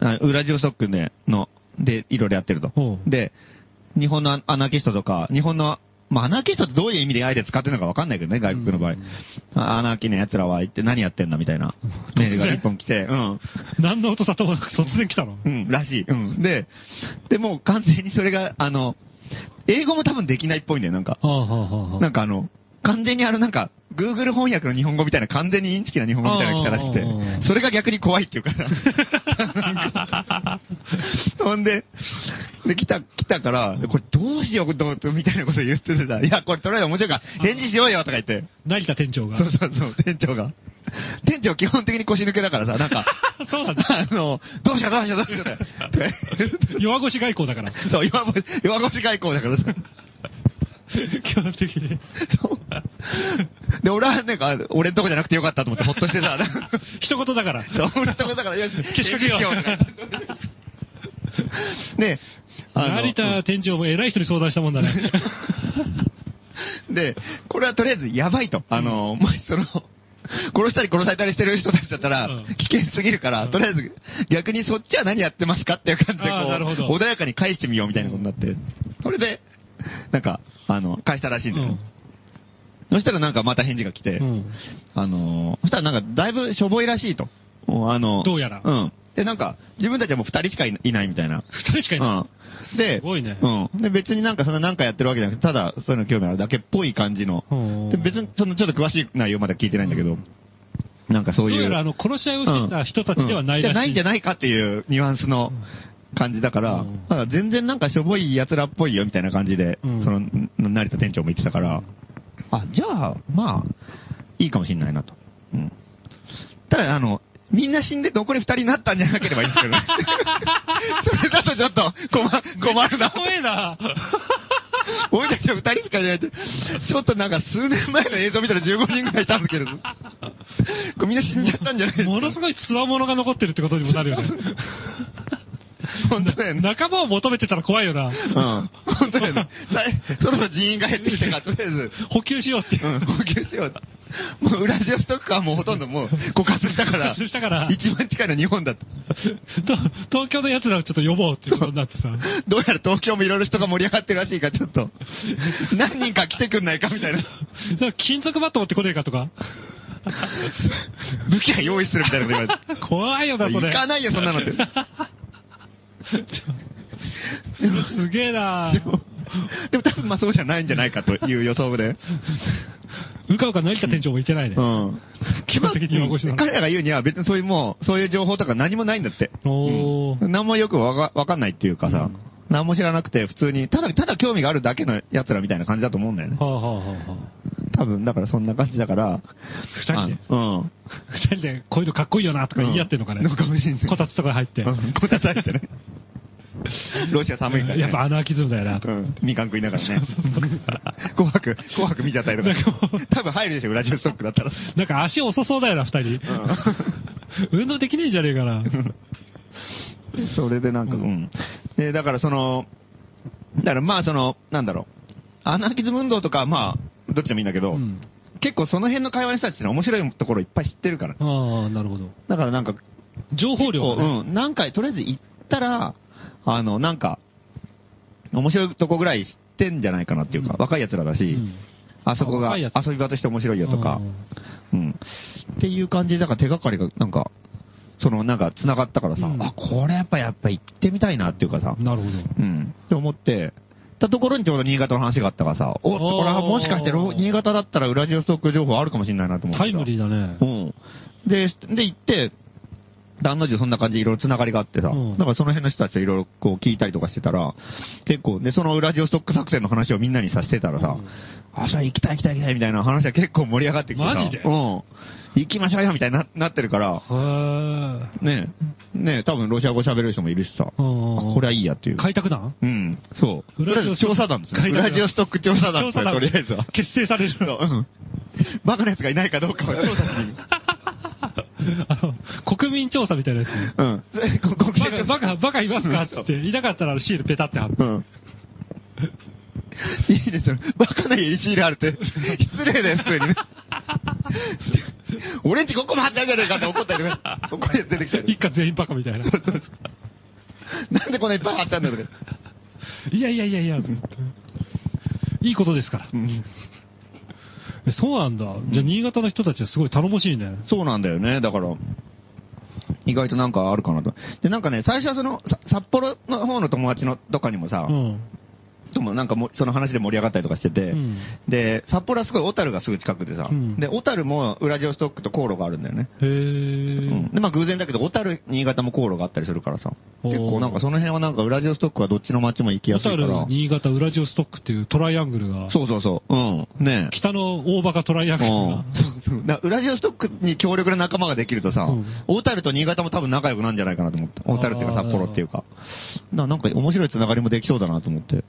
Speaker 1: あウラジオストックで、の、で、いろいろやってると。
Speaker 2: おう
Speaker 1: で、日本のアナーキストとか、日本の、まあ、アナーキストってどういう意味であえて使ってるのかわかんないけどね、外国の場合。
Speaker 2: うん
Speaker 1: あアナーキーの奴らは言って何やってんだみたいなメールが一本来て、うん。
Speaker 2: 何の音沙汰もなく突然来たの。
Speaker 1: うん、らしい。うん。で、でもう完全にそれが、あの、英語も多分できないっぽいんだよ、なんか。
Speaker 2: はあはあはあ
Speaker 1: なんかあの、完全にあのなんか、Google 翻訳の日本語みたいな完全にインチキな日本語みたいなのが来たらし
Speaker 2: あーあ
Speaker 1: く
Speaker 2: ー
Speaker 1: て、それが逆に怖いっていう かさなんかほんで、で、来た、来たから、これどうしよう、どう、みたいなこと言っててさ、いや、これとりあえず面白いから、返事しようよとか言って、
Speaker 2: 成田店長が
Speaker 1: そ。うそうそう、店長が。店長基本的に腰抜けだからさ、なん か、
Speaker 2: そうなんだ。
Speaker 1: あの、どうしたどうしたどうしたって
Speaker 2: 弱腰外交だから。
Speaker 1: そう、弱腰、弱腰外交だからさ。
Speaker 2: 基本的に。
Speaker 1: そう で、俺はなんか、俺んとこじゃなくてよかったと 思ってほっとして さ、
Speaker 2: 一言だから。
Speaker 1: そう、俺んとこだから、よ し、
Speaker 2: 消しかけよう
Speaker 1: とか言ってで、あ
Speaker 2: 成田
Speaker 1: の、
Speaker 2: 店長も偉い人に相談したもんだね。
Speaker 1: で、これはとりあえずやばいと。あの、もしその、殺したり殺されたりしてる人たちだった
Speaker 2: う
Speaker 1: ら
Speaker 2: ん、
Speaker 1: 危険すぎるから、
Speaker 2: うん
Speaker 1: とりあえず、逆にそっちは何やってますかっていう感じで、
Speaker 2: あーなるほど
Speaker 1: こう、穏やかに返してみようみたいなことになって、それで、なんか、あの、返したらしいんだよ。そしたらなんかまた返事が来て、
Speaker 2: うんうん
Speaker 1: あのー、そしたらなんかだいぶしょぼいらしいと。もうあの、
Speaker 2: どうやら
Speaker 1: うん。で、なんか、自分たちはもう二人しかいいないみたいな。
Speaker 2: 二人しかいな
Speaker 1: うん。で、
Speaker 2: すごいね
Speaker 1: うん。で、別になんかそんな何かやってるわけじゃなくて、ただそういうの興味あるだけっぽい感じの。
Speaker 2: い。
Speaker 1: で、別に、そのちょっと詳しい内容まだ聞いてないんだけど、なんかそう
Speaker 2: ど
Speaker 1: いう
Speaker 2: やらあ
Speaker 1: う。
Speaker 2: の、殺し合いをしてた人たちではない
Speaker 1: じ
Speaker 2: らしい。
Speaker 1: ゃないんじゃないかっていうニュアンスの感じだから、
Speaker 2: うん
Speaker 1: なんか全然なんかしょぼい奴らっぽいよみたいな感じで、
Speaker 2: うん
Speaker 1: その、成田店長も言ってたから、あ、じゃあ、まあ、いいかもしんないなと。うん。ただ、あの、みんな死んで残り二人になったんじゃなければいいんですけど ね。それだとちょっと困困るな。
Speaker 2: 怖えな。
Speaker 1: 俺たちは二人しかいないって。ちょっとなんか数年前の映像見たら15人ぐらいいたんですけれど。これみんな死んじゃったんじゃないですか
Speaker 2: ものすごい強者が残ってるってことにもなるよね。
Speaker 1: 本当だよね。
Speaker 2: 仲間を求めてたら怖いよな。
Speaker 1: うん。本当だ よね。さいそろそろ人員が減ってきたから、とりあえず、
Speaker 2: 補給しよう って。
Speaker 1: うん、補給しようと。もうウラジオストックはもうほとんどもう枯渇したから、
Speaker 2: したから、
Speaker 1: 一番近いのは日本だと。
Speaker 2: と東京の奴らをちょっと呼ぼうってことになってさ。
Speaker 1: どうやら東京もいろいろ人が盛り上がってるらしいから、ちょっ と、何人か来てくんないかみたいな。
Speaker 2: だから金属バット持ってこねえかとか。
Speaker 1: 武器は用意するみたい なこと言われて。
Speaker 2: 怖いよな、それ。
Speaker 1: 行かないよ、そんなの って。
Speaker 2: すげえな
Speaker 1: でも、でも多分まあそうじゃないんじゃないかという予想で。
Speaker 2: うかうか成田店長もいけないね
Speaker 1: う。ん。
Speaker 2: 基本的には腰なの
Speaker 1: 彼らが言うには別にそういうもう、そういう情報とか何もないんだって。
Speaker 2: おー。
Speaker 1: 何もよくわかわかんないっていうかさ、
Speaker 2: うん
Speaker 1: 何も知らなくて普通に、ただ、ただ興味があるだけの奴らみたいな感じだと思うんだよね
Speaker 2: は。あはあはあはあ。
Speaker 1: 多分、だからそんな感じだから、
Speaker 2: 二人で、
Speaker 1: あの
Speaker 2: 二人でこういうのかっこいいよなと
Speaker 1: う
Speaker 2: か
Speaker 1: ん。
Speaker 2: 言い合ってんのかね。
Speaker 1: かもしんない。
Speaker 2: こたつとか入って。
Speaker 1: うんこたつ入ってね。ロシア寒いからね。
Speaker 2: やっぱアナーキズムだよな。
Speaker 1: うん、みかん食いながらね。紅白、紅白見ちゃったりと
Speaker 2: なんか
Speaker 1: か
Speaker 2: もう。
Speaker 1: 多分入るでしょ、ウラジオストックだったら。
Speaker 2: なんか足遅そうだよな、二人。運動できねえじゃねえかな。
Speaker 1: それでなんか、うん。で、だからその、だからまあその、なんだろう。アナーキズム運動とか、まあ、どっちでもいいんだけど、
Speaker 2: うん。
Speaker 1: 結構その辺の会話の人たちってのは面白いところいっぱい知ってるから。
Speaker 2: ああ、なるほど。
Speaker 1: だからなんか、
Speaker 2: 情報量
Speaker 1: こ
Speaker 2: が
Speaker 1: う
Speaker 2: ね。
Speaker 1: うん、何回、とりあえず行ったら、あの、なんか、面白いとこぐらい知ってんじゃないかなっていうか、
Speaker 2: うん
Speaker 1: 若い奴らだし、
Speaker 2: うん
Speaker 1: あそこ
Speaker 2: あ
Speaker 1: が
Speaker 2: 若い
Speaker 1: 遊
Speaker 2: 奴
Speaker 1: び場として面白いよとか、うん。っていう感じで、だから手がかりが、なんか、その、なんか、繋がったからさ、
Speaker 2: うん
Speaker 1: あ、これやっぱ、やっぱ行ってみたいなっていうかさ
Speaker 2: あ、ーなるほど。
Speaker 1: うん。って思って、たところにちょうど新潟の話があったからさ、おっと、これはもしかしてろ、
Speaker 2: おー
Speaker 1: 新潟だったらウラジオストック情報あるかもしれないなと思ってさ。
Speaker 2: タイムリーだね
Speaker 1: う。ん。で、で、行って、案の定そんな感じでいろいろつながりがあってさ、
Speaker 2: うん
Speaker 1: だからその辺の人たちといろいろこう聞いたりとかしてたら、結構、で、そのウラジオストック作戦の話をみんなにさせてたらさ、
Speaker 2: うん
Speaker 1: あ、それ行きたい行きたい行きたいみたいな話が結構盛り上がってきてさ、
Speaker 2: マジで
Speaker 1: うん。行きましょうよみたいにななってるから、
Speaker 2: は
Speaker 1: ねえ、ねえ、多分ロシア語喋る人もいるしさ、
Speaker 2: あ。
Speaker 1: あこれはいいやっていう。
Speaker 2: 開拓団
Speaker 1: うん、そう。
Speaker 2: ウラジオストッ
Speaker 1: とりあえず調
Speaker 2: ク
Speaker 1: 査団ですね。
Speaker 2: 海
Speaker 1: ウ
Speaker 2: 外の
Speaker 1: ラジオストック調査団ですね、とりあえずは。
Speaker 2: 結成される
Speaker 1: そううんバカな奴がいないかどうかは調査しに。
Speaker 2: あの国民調査みたいなやつ。
Speaker 1: うん。ここ
Speaker 2: バカ、バカ、バカいますかっつって、いなかったらシールペタって貼って。
Speaker 1: うん。いいですよ。バカな家にシール貼るって、失礼だよ、普通にね。俺んちここも貼ってあるじゃねえかって怒ったりとか、怒るやつ出てきた
Speaker 2: 一
Speaker 1: り。
Speaker 2: 家全員バカみたいな。
Speaker 1: なんでこんないっぱい貼ったんだろう
Speaker 2: いやいやい やいや、いいことですから。えそうなんだ。じゃあ、新潟の人たちはすごい頼もしいね。
Speaker 1: そうなんだよね、だから。意外となんかあるかなと。で、なんかね、最初はその、さ札幌の方の友達のとかにもさ、
Speaker 2: うん。
Speaker 1: でもなんかもうその話で盛り上がったりとかしてて、
Speaker 2: うん
Speaker 1: で、札幌はすごい小樽がすぐ近くでさ、
Speaker 2: うん
Speaker 1: で、小樽もウラジオストックと航路があるんだよね。
Speaker 2: へ
Speaker 1: う
Speaker 2: ー
Speaker 1: ん。で、まあ偶然だけど、小樽、新潟も航路があったりするからさ、
Speaker 2: お
Speaker 1: 結
Speaker 2: ー
Speaker 1: 構なんかその辺はなんかウラジオストックはどっちの街も行きや
Speaker 2: 小
Speaker 1: すいから。
Speaker 2: 樽、新潟、ウラジオストックっていうトライアングルが、
Speaker 1: そうそうそう。うん。ねえ。
Speaker 2: 北の大バカトライアングル
Speaker 1: うん
Speaker 2: が、
Speaker 1: そうそうだからウラジオストックに強力な仲間ができるとさ、
Speaker 2: うん
Speaker 1: 小樽と新潟も多分仲良くなるんじゃないかなと思って。小樽っていうか
Speaker 2: あー
Speaker 1: 札幌っていうか。ななんか面白いつながりもできそうだなと思って。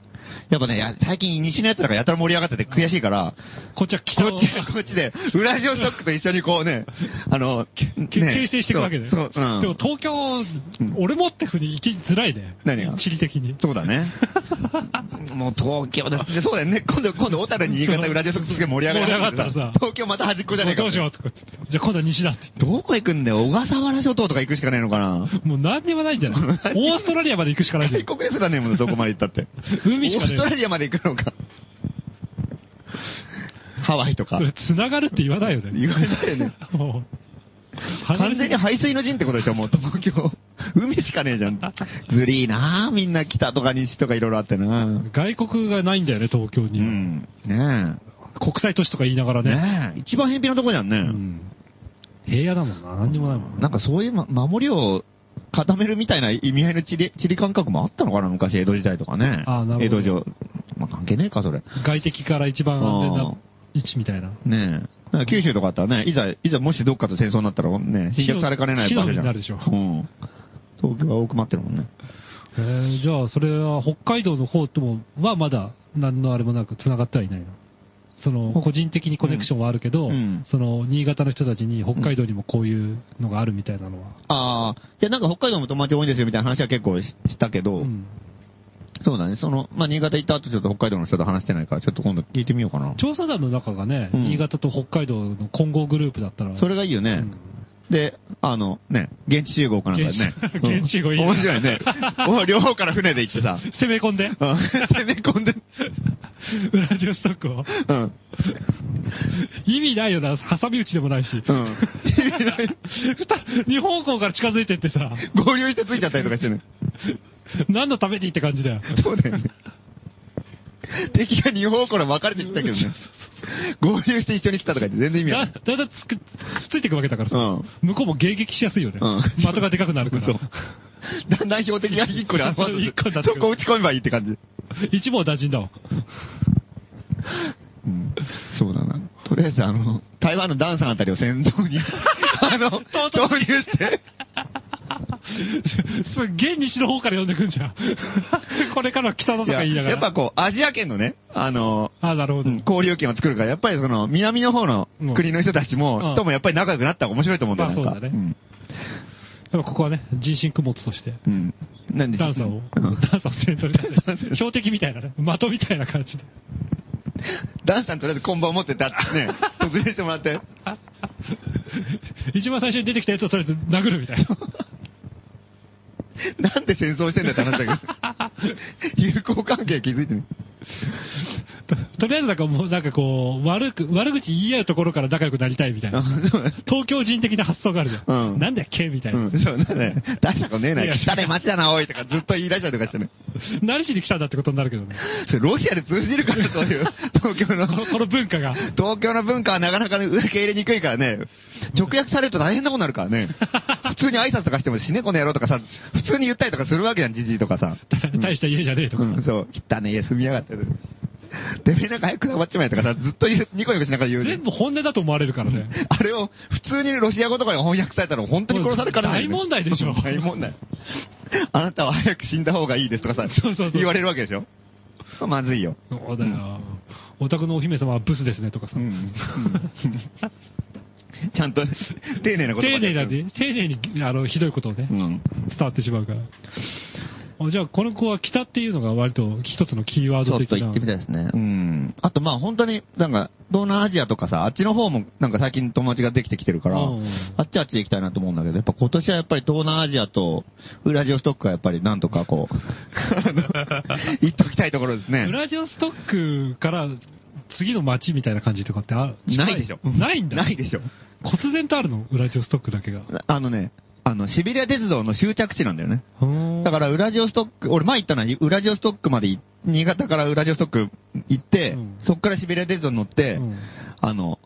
Speaker 1: やっぱね、や最近西の奴らがやたら盛り上がってて悔しいから、
Speaker 2: こっちは北
Speaker 1: こ
Speaker 2: の
Speaker 1: っち、こっちで、ウラジオストックと一緒にこうね、あの、ね
Speaker 2: け形成していくわけで。
Speaker 1: そう、そううん。
Speaker 2: でも東京、俺もってふうに行きづらいね。
Speaker 1: 何が
Speaker 2: 地理的に。
Speaker 1: そうだね。もう東京だ。でそうだよね。今度、今度、小樽、新潟、ウラジオストックすげえ盛り上がる
Speaker 2: 盛り上がったらさ
Speaker 1: 東京また端っこじゃねえか。
Speaker 2: どうしようとかって。じゃあ今度は西だって。
Speaker 1: どこ行くんだよ小笠原諸島とか行くしかないのかな
Speaker 2: もう何にもないんじ ゃないオーストラリアまで行くしかないんじゃ
Speaker 1: 外
Speaker 2: な
Speaker 1: 国
Speaker 2: い
Speaker 1: ですらねえもんね、どこまで行ったって。
Speaker 2: 海しか
Speaker 1: オースト
Speaker 2: な
Speaker 1: ラ
Speaker 2: い。
Speaker 1: リアまで行くのか。ハワイとか
Speaker 2: そ。れ繋がるって言わないよね。
Speaker 1: 意外だよね。
Speaker 2: もう。
Speaker 1: 完全に排水の陣ってことでしょ、もう東京。海しかねえじゃん。ずりーなーみんな北とか西とかいろいろあってな
Speaker 2: 外国がないんだよね、東京
Speaker 1: う
Speaker 2: に。
Speaker 1: ん。ね
Speaker 2: 国際都市とか言いながら
Speaker 1: え。
Speaker 2: ね。
Speaker 1: ねえ。一番偏僻なとこじゃんね。
Speaker 2: うん平野だもんな、何にもないもん
Speaker 1: なんかそういう、ま、守りを固めるみたいな意味合いの地理、地理感覚もあったのかな昔、江戸時代とかね。
Speaker 2: あーなるほど
Speaker 1: 江戸城。まあ、関係ねえか、それ。
Speaker 2: 外敵から一番安全な位置みたいな。
Speaker 1: ねえ。だから九州とかあったらね、いざ、いざもしどっかと戦争になったらね、侵略されかねない場所じゃん。
Speaker 2: 火の海になるでしょ
Speaker 1: うん。東京は多く待ってるもんね。
Speaker 2: えー、じゃあ、それは北海道の方ともはまだ何のあれもなく繋がってはいないのその、
Speaker 1: ほ
Speaker 2: 個人的にコネクションはあるけど、
Speaker 1: うん
Speaker 2: その、新潟の人たちに北海道にもこういうのがあるみたいなのは。
Speaker 1: ああ、いやなんか北海道も友達多いんですよみたいな話は結構ししたけど、
Speaker 2: うん
Speaker 1: そうだね、その、まあ、新潟行った後ちょっと北海道の人と話してないから、ちょっと今度聞いてみようかな。
Speaker 2: 調査団の中がね、
Speaker 1: うん
Speaker 2: 新潟と北海道の混合グループだったら、
Speaker 1: それがいいよね。で、あの、ね、現地集合かなんかでね。
Speaker 2: 現地現地集合いい
Speaker 1: う
Speaker 2: な
Speaker 1: ん面白い ね。お両方から船で行ってさ、
Speaker 2: 攻め込んで、
Speaker 1: うん攻め込んで、
Speaker 2: ウラジオストックを。
Speaker 1: うん。
Speaker 2: 意味ないよな、挟み撃ちでもないし。
Speaker 1: うん。
Speaker 2: ふた二方向から近づいてってさ、
Speaker 1: 合流してついちゃったりとかしてね。
Speaker 2: 何のためにって感じだよ。
Speaker 1: そうだよね。敵が2方から分かれてきたけどね。合流して一緒に来たとか言って全然意味
Speaker 2: だ
Speaker 1: ない
Speaker 2: だ。んだんつくくっついていくわけだからさ、
Speaker 1: うん
Speaker 2: 向こうも迎撃しやすいよね。
Speaker 1: うん
Speaker 2: 的がでかくなるか
Speaker 1: そ
Speaker 2: ら
Speaker 1: う。だ んだん標的が1個に集まって
Speaker 2: 一個になって
Speaker 1: そ
Speaker 2: くる
Speaker 1: こ打ち込めばいいって感じ。
Speaker 2: 一網打尽だわ。
Speaker 1: うん。そうだな。とりあえず、あの、台湾のダンさんあたりを先頭 に、あの、
Speaker 2: 唐
Speaker 1: 投
Speaker 2: 突
Speaker 1: 入して、
Speaker 2: すっげえ西の方から呼んでくんじ ゃん。これからは北の
Speaker 1: い
Speaker 2: とか
Speaker 1: や
Speaker 2: 言いながら。
Speaker 1: やっぱこう、アジア圏のね、あの、
Speaker 2: あなるほ
Speaker 1: う
Speaker 2: ど。
Speaker 1: ん交流圏を作るから、やっぱりその、南の方の国の人たちも、
Speaker 2: うん
Speaker 1: ともやっぱり仲良くなった方が面白いと思うんだよ、
Speaker 2: まあ
Speaker 1: なんか
Speaker 2: そうだねやっぱここはね、人心供物として、
Speaker 1: うん。うん。なんで
Speaker 2: ダンサーを、
Speaker 1: うん
Speaker 2: ダンサーを先頭に出し て、標的みたいなね、的みたいな感じで。
Speaker 1: ダンさんとりあえずこんばんを持ってたって ね、突入してもらって。
Speaker 2: 一番最初に出てきたやつをとりあえず殴るみたいな。
Speaker 1: なんで戦争してんだって話だ けど。友好関係気づいてね。
Speaker 2: とりあえずなんかもう、なんかこう、悪く、悪口言い合うところから仲良くなりたいみたいな。
Speaker 1: あそうだ
Speaker 2: 東京人的な発想があるじゃん。
Speaker 1: うん
Speaker 2: なんだっけみたいな。
Speaker 1: うん、そうだね。大したことねえないい
Speaker 2: や。
Speaker 1: 汚い街だな、おいとかずっと言い出したりとかしてね。
Speaker 2: 何しに来たんだってことになるけど ね。
Speaker 1: それロシアで通じるから、そう いう、東京の
Speaker 2: こ。のこの文化が。
Speaker 1: 東京の文化はなかなかね受け入れにくいからね、直訳されると大変なことになるからね。普通に挨拶とかしても死ねこの野郎とかさ、普通に言ったりとかするわけじゃん、じじいとかさ。
Speaker 2: 大した家じゃねえとか。
Speaker 1: うん、そう。汚ねえ、住みやがってる。てめえなんか早く黙っちまえとかさ、ずっと言うニコニコしながら言うね
Speaker 2: 全部本音だと思われるからね。
Speaker 1: あれを普通にロシア語とかに翻訳されたら本当に殺されかねないよね、
Speaker 2: 大問題でし ょ
Speaker 1: 大問題。あなたは早く死んだ方がいいですとかさ、
Speaker 2: そうそうそう
Speaker 1: 言われるわけでしょ。まずいよ。
Speaker 2: そうだよ。お宅のお姫様はブスですねとかさ。
Speaker 1: うん。 ちゃんと、丁寧なこと
Speaker 2: 丁寧なんで、丁寧に、あの、ひどいことをね
Speaker 1: う、ん。
Speaker 2: 伝わってしまうから。あじゃあ、この子は北っていうのが割と一つのキーワー
Speaker 1: ち
Speaker 2: ド
Speaker 1: ょっ
Speaker 2: 的
Speaker 1: と
Speaker 2: な。
Speaker 1: 行ってみたいですね。うん。あとまあ本当に、なんか、東南アジアとかさ、あっちの方もなんか最近友達ができてきてるから、
Speaker 2: うん
Speaker 1: あっちあっち行きたいなと思うんだけど、やっぱ今年はやっぱり東南アジアとウラジオストックはやっぱりなんとか こう、あの行っときたいところです
Speaker 2: ウ
Speaker 1: ね。
Speaker 2: ラジオストックから次の街みたいな感じとかってあ近
Speaker 1: ないでしょ。
Speaker 2: ないんだ。
Speaker 1: ないでしょ。
Speaker 2: 忽然とあるのウラジオストックだけが。
Speaker 1: あのね、あの、シベリア鉄道の終着地なんだよね。だ
Speaker 2: だ
Speaker 1: から、ウラジオストック、俺前行ったのは、ウラジオストックまでい、新潟からウラジオストック行って、
Speaker 2: うん
Speaker 1: そっからシベリア鉄道に乗って、
Speaker 2: うん
Speaker 1: あの、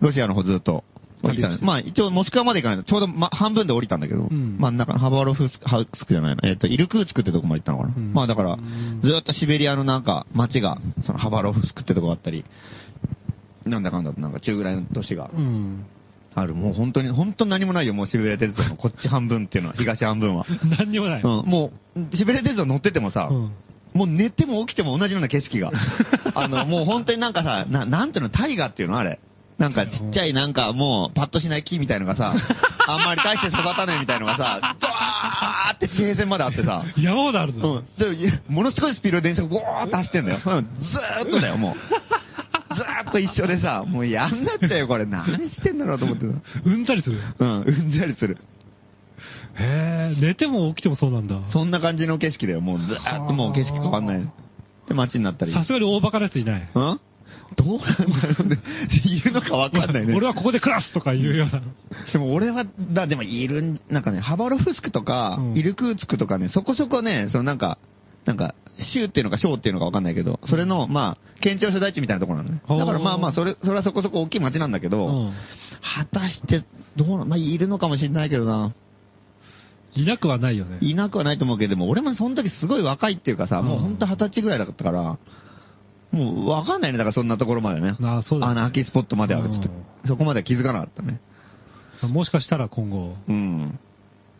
Speaker 1: ロシアの方ずっと降りたん
Speaker 2: 旅
Speaker 1: で
Speaker 2: し
Speaker 1: す。
Speaker 2: て
Speaker 1: まあ一応モスクワまで行かないと、ちょうど、ま、半分で降りたんだけど、
Speaker 2: ん
Speaker 1: 真ん中、ハバロフスハウスクじゃないな、えっ、と、イルクーツクってとこまで行ったのかな。
Speaker 2: うん
Speaker 1: まあだから、
Speaker 2: うん
Speaker 1: ずっとシベリアのなんか街が、そのハバロフスクってとこがあったり、なんだかんだ、なんか中ぐらいの都市が
Speaker 2: うん。
Speaker 1: ある。もう本当に、本当に何もないよ、もうシベリア鉄道のこっち半分っていうのは、東半分は。
Speaker 2: 何にもない。
Speaker 1: うん、もう、シベリア鉄道乗っててもさ、
Speaker 2: うん
Speaker 1: もう寝ても起きても同じような景 色が。あの、もう本当になんかさ、ななんていうの、タイガーっていうのあれ。なんかちっちゃいなんかもうパッとしない木みたいのが さ、あんまり大して育たねえみたいのがさ、ドワーって地平線まであってさ、
Speaker 2: 山ほどある
Speaker 1: う
Speaker 2: の。
Speaker 1: ん。で、ものすごいスピードで電車がゴーって走ってんだよ。うんずーっとだよ、もう。ずーっと一緒でさ、もうやんなっちゃうよ、これ。何してんだろうと思ってさ。
Speaker 2: うんざりする。
Speaker 1: うん、うんざりする。
Speaker 2: へえ、寝ても起きてもそうなんだ。
Speaker 1: そんな感じの景色だよ、もうずーっともう景色変わんない。で、街になったり。
Speaker 2: さすがに大バカなやついない。
Speaker 1: うんどうなんだろうね。いるのかわかんないね。
Speaker 2: 俺はここで暮らすとか言うような。
Speaker 1: でも俺は、だ、でもいるん、なんかね、ハバロフスクとか、
Speaker 2: うん
Speaker 1: イルクーツクとかね、そこそこね、そのなんか、なんか、州っていうのか省っていうのかわかんないけど、それの、まあ、県庁所在地みたいなところなのね。
Speaker 2: ほう
Speaker 1: だからまあまあ、それ、それはそこそこ大きい町なんだけど、
Speaker 2: うん
Speaker 1: 果たして、どうな、まあ、いるのかもしれないけどな。
Speaker 2: いなくはないよね。
Speaker 1: いなくはないと思うけど、でも俺もその時すごい若いっていうかさ、もうほんと二十歳ぐらいだったから、もうわかんないね、だからそんなところまでね。
Speaker 2: ああ、そうだ、ね。
Speaker 1: 穴開きスポットまでは、ちょっと
Speaker 2: うん、
Speaker 1: そこまでは気づかなかったね。
Speaker 2: もしかしたら今後、
Speaker 1: うん。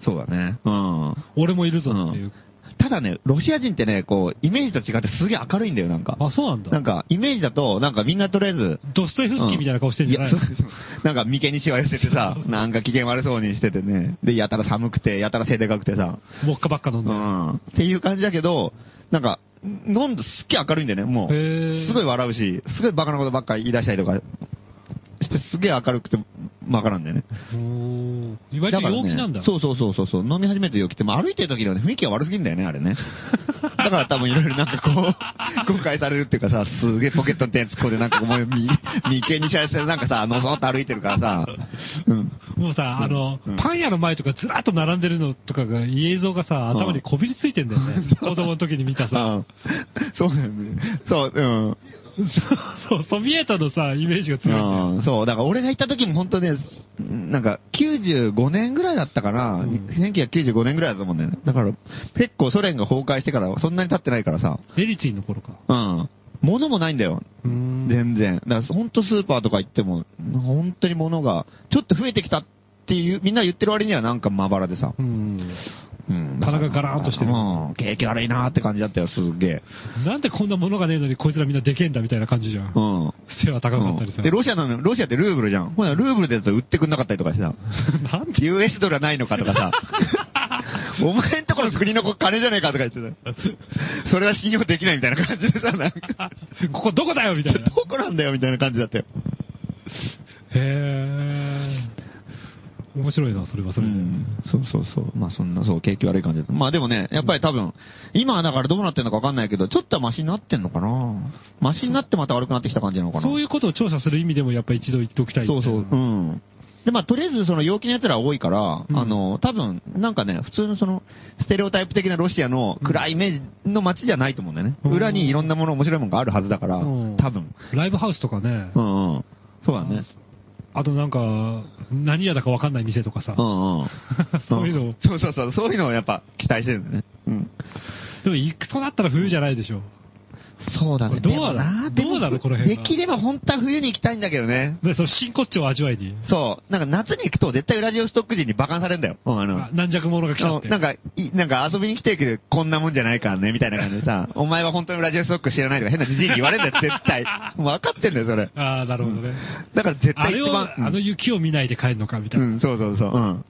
Speaker 1: そうだね。うん。
Speaker 2: 俺もいるぞっていう。
Speaker 1: ただね、ロシア人ってね、こう、イメージと違ってすげえ明るいんだよ、なんか。
Speaker 2: あ、そうなんだ。
Speaker 1: なんか、イメージだと、なんかみんなとりあえず、
Speaker 2: ドストエフスキーみたいな顔してるんじゃない
Speaker 1: うん
Speaker 2: の、
Speaker 1: やそうそうなんか、眉間にしわ寄せて さ、なんか機嫌悪そうにしててね。で、やたら寒くて、やたら背でかくてさ。
Speaker 2: もっかばっか飲ん
Speaker 1: う
Speaker 2: で。
Speaker 1: ん。っていう感じだけど、なんか、飲んだすっげえ明るいんだよね、もう。
Speaker 2: へえ。
Speaker 1: すごい
Speaker 2: い。
Speaker 1: 笑うし、すごいバカなことばっかり言い出したりとかして、すげえ明るくて、わからんだよね。
Speaker 2: 意外と陽気なんだ。
Speaker 1: そうそうそうそうそう、飲み始めて陽気って、まあ、歩いてる時のね、雰囲気が悪すぎんだよね、あれ ね。だから多分いろいろなんかこう、 誤解されるっていうかさ、すげえポケットに手突っ込んで、なんかこう、もうみ 眉間にしゃらせて、なんかさ、のぞっと歩いてるからさ、うん。
Speaker 2: もうさ、あの、
Speaker 1: うん
Speaker 2: パン屋の前とかずらっと並んでるのとかが、映像がさ、頭にこびりついてんだよね。子供の時に見たさ。
Speaker 1: あそうだよね。そう、うん。
Speaker 2: そう、ソビエトのさ、イメージが強いんだよ。
Speaker 1: うんそう、だから俺が行った時も本当ね、なんか95年ぐらいだったかな、
Speaker 2: ん
Speaker 1: 1995年ぐらいだと思うんだよね。だから、結構ソ連が崩壊してからそんなに経ってないからさ、
Speaker 2: エリツィンの頃か。
Speaker 1: うん。物もないんだよ。
Speaker 2: うーん
Speaker 1: 全然。だから本当スーパーとか行っても、本当に物が、ちょっと増えてきたっていう、みんな言ってる割にはなんかまばらでさ。
Speaker 2: うん。
Speaker 1: うん。
Speaker 2: 棚がガラーンとしてる
Speaker 1: うん。景気悪いなーって感じだったよ、すっげえ。
Speaker 2: なんでこんなものがねえのに、こいつらみんなでけえんだみたいな感じじゃん
Speaker 1: う。ん。
Speaker 2: 背は高かったりさ。
Speaker 1: で、ロシアなの、ロシアってルーブルじゃん。ほら、ルーブルで売ってくんなかったりとかしてさ。
Speaker 2: なんで
Speaker 1: US ドルはないのかとか さ。お前んとこの国の金じゃねえかとか言ってた。それは信用できないみたいな感じでさ、なんか、
Speaker 2: ここどこ だよ みたいな
Speaker 1: ど。こなんだよみたいな感じだったよ。
Speaker 2: へえ。面白いな、それはそれで。
Speaker 1: そうそうそう。まあそんな、そう、景気悪い感じだった。まあでもね、やっぱり多分、今はだからどうなってんのかわかんないけど、ちょっとはマシになってんのかなマシになってまた悪くなってきた感じなのかな
Speaker 2: そういうことを調査する意味でもやっぱ一度言っておきたいみた
Speaker 1: そ
Speaker 2: いうな。
Speaker 1: そう。うん。で、まあ、とりあえず、その、陽気の奴らは多いから、
Speaker 2: うん
Speaker 1: あの、多分、なんかね、普通のその、ステレオタイプ的なロシアの暗いイメージの街じゃないと思うんだよね。
Speaker 2: うん
Speaker 1: 裏にいろんなもの、面白いものがあるはずだから、
Speaker 2: うん
Speaker 1: 多分。
Speaker 2: ライブハウスとかね
Speaker 1: う、んうん。そうだね。
Speaker 2: あとなんか、何屋だかわかんない店とかさ
Speaker 1: う、んうん。
Speaker 2: そういうのを
Speaker 1: んそうそうそう、そういうのをやっぱ期待してるんだね。うん。
Speaker 2: でも行くとなったら冬じゃないでしょ。
Speaker 1: そうだね。
Speaker 2: どうなの
Speaker 1: でも
Speaker 2: どうなのこの
Speaker 1: で
Speaker 2: 辺が
Speaker 1: きれば本当は冬に行きたいんだけどね。
Speaker 2: で、その真骨頂を味わいに、
Speaker 1: そう。なんか夏に行くと絶対ウラジオストック人に馬鹿にされるんだよ。うん、あの、
Speaker 2: あ軟弱者が来たって。
Speaker 1: なんか、いなんか遊びに来てるけど、こんなもんじゃないからね、みたいな感じで さ、お前は本当にラジオストック知らないとか変なじじいに言われるんだよ、絶対。分かってんだよ、それ。
Speaker 2: ああ、なるほどね。
Speaker 1: だから絶
Speaker 2: あ
Speaker 1: 対
Speaker 2: れ
Speaker 1: 一
Speaker 2: を、
Speaker 1: 番。うん
Speaker 2: あの雪を見ないで帰るのかみたいな。
Speaker 1: うん、そうそうそう。うん。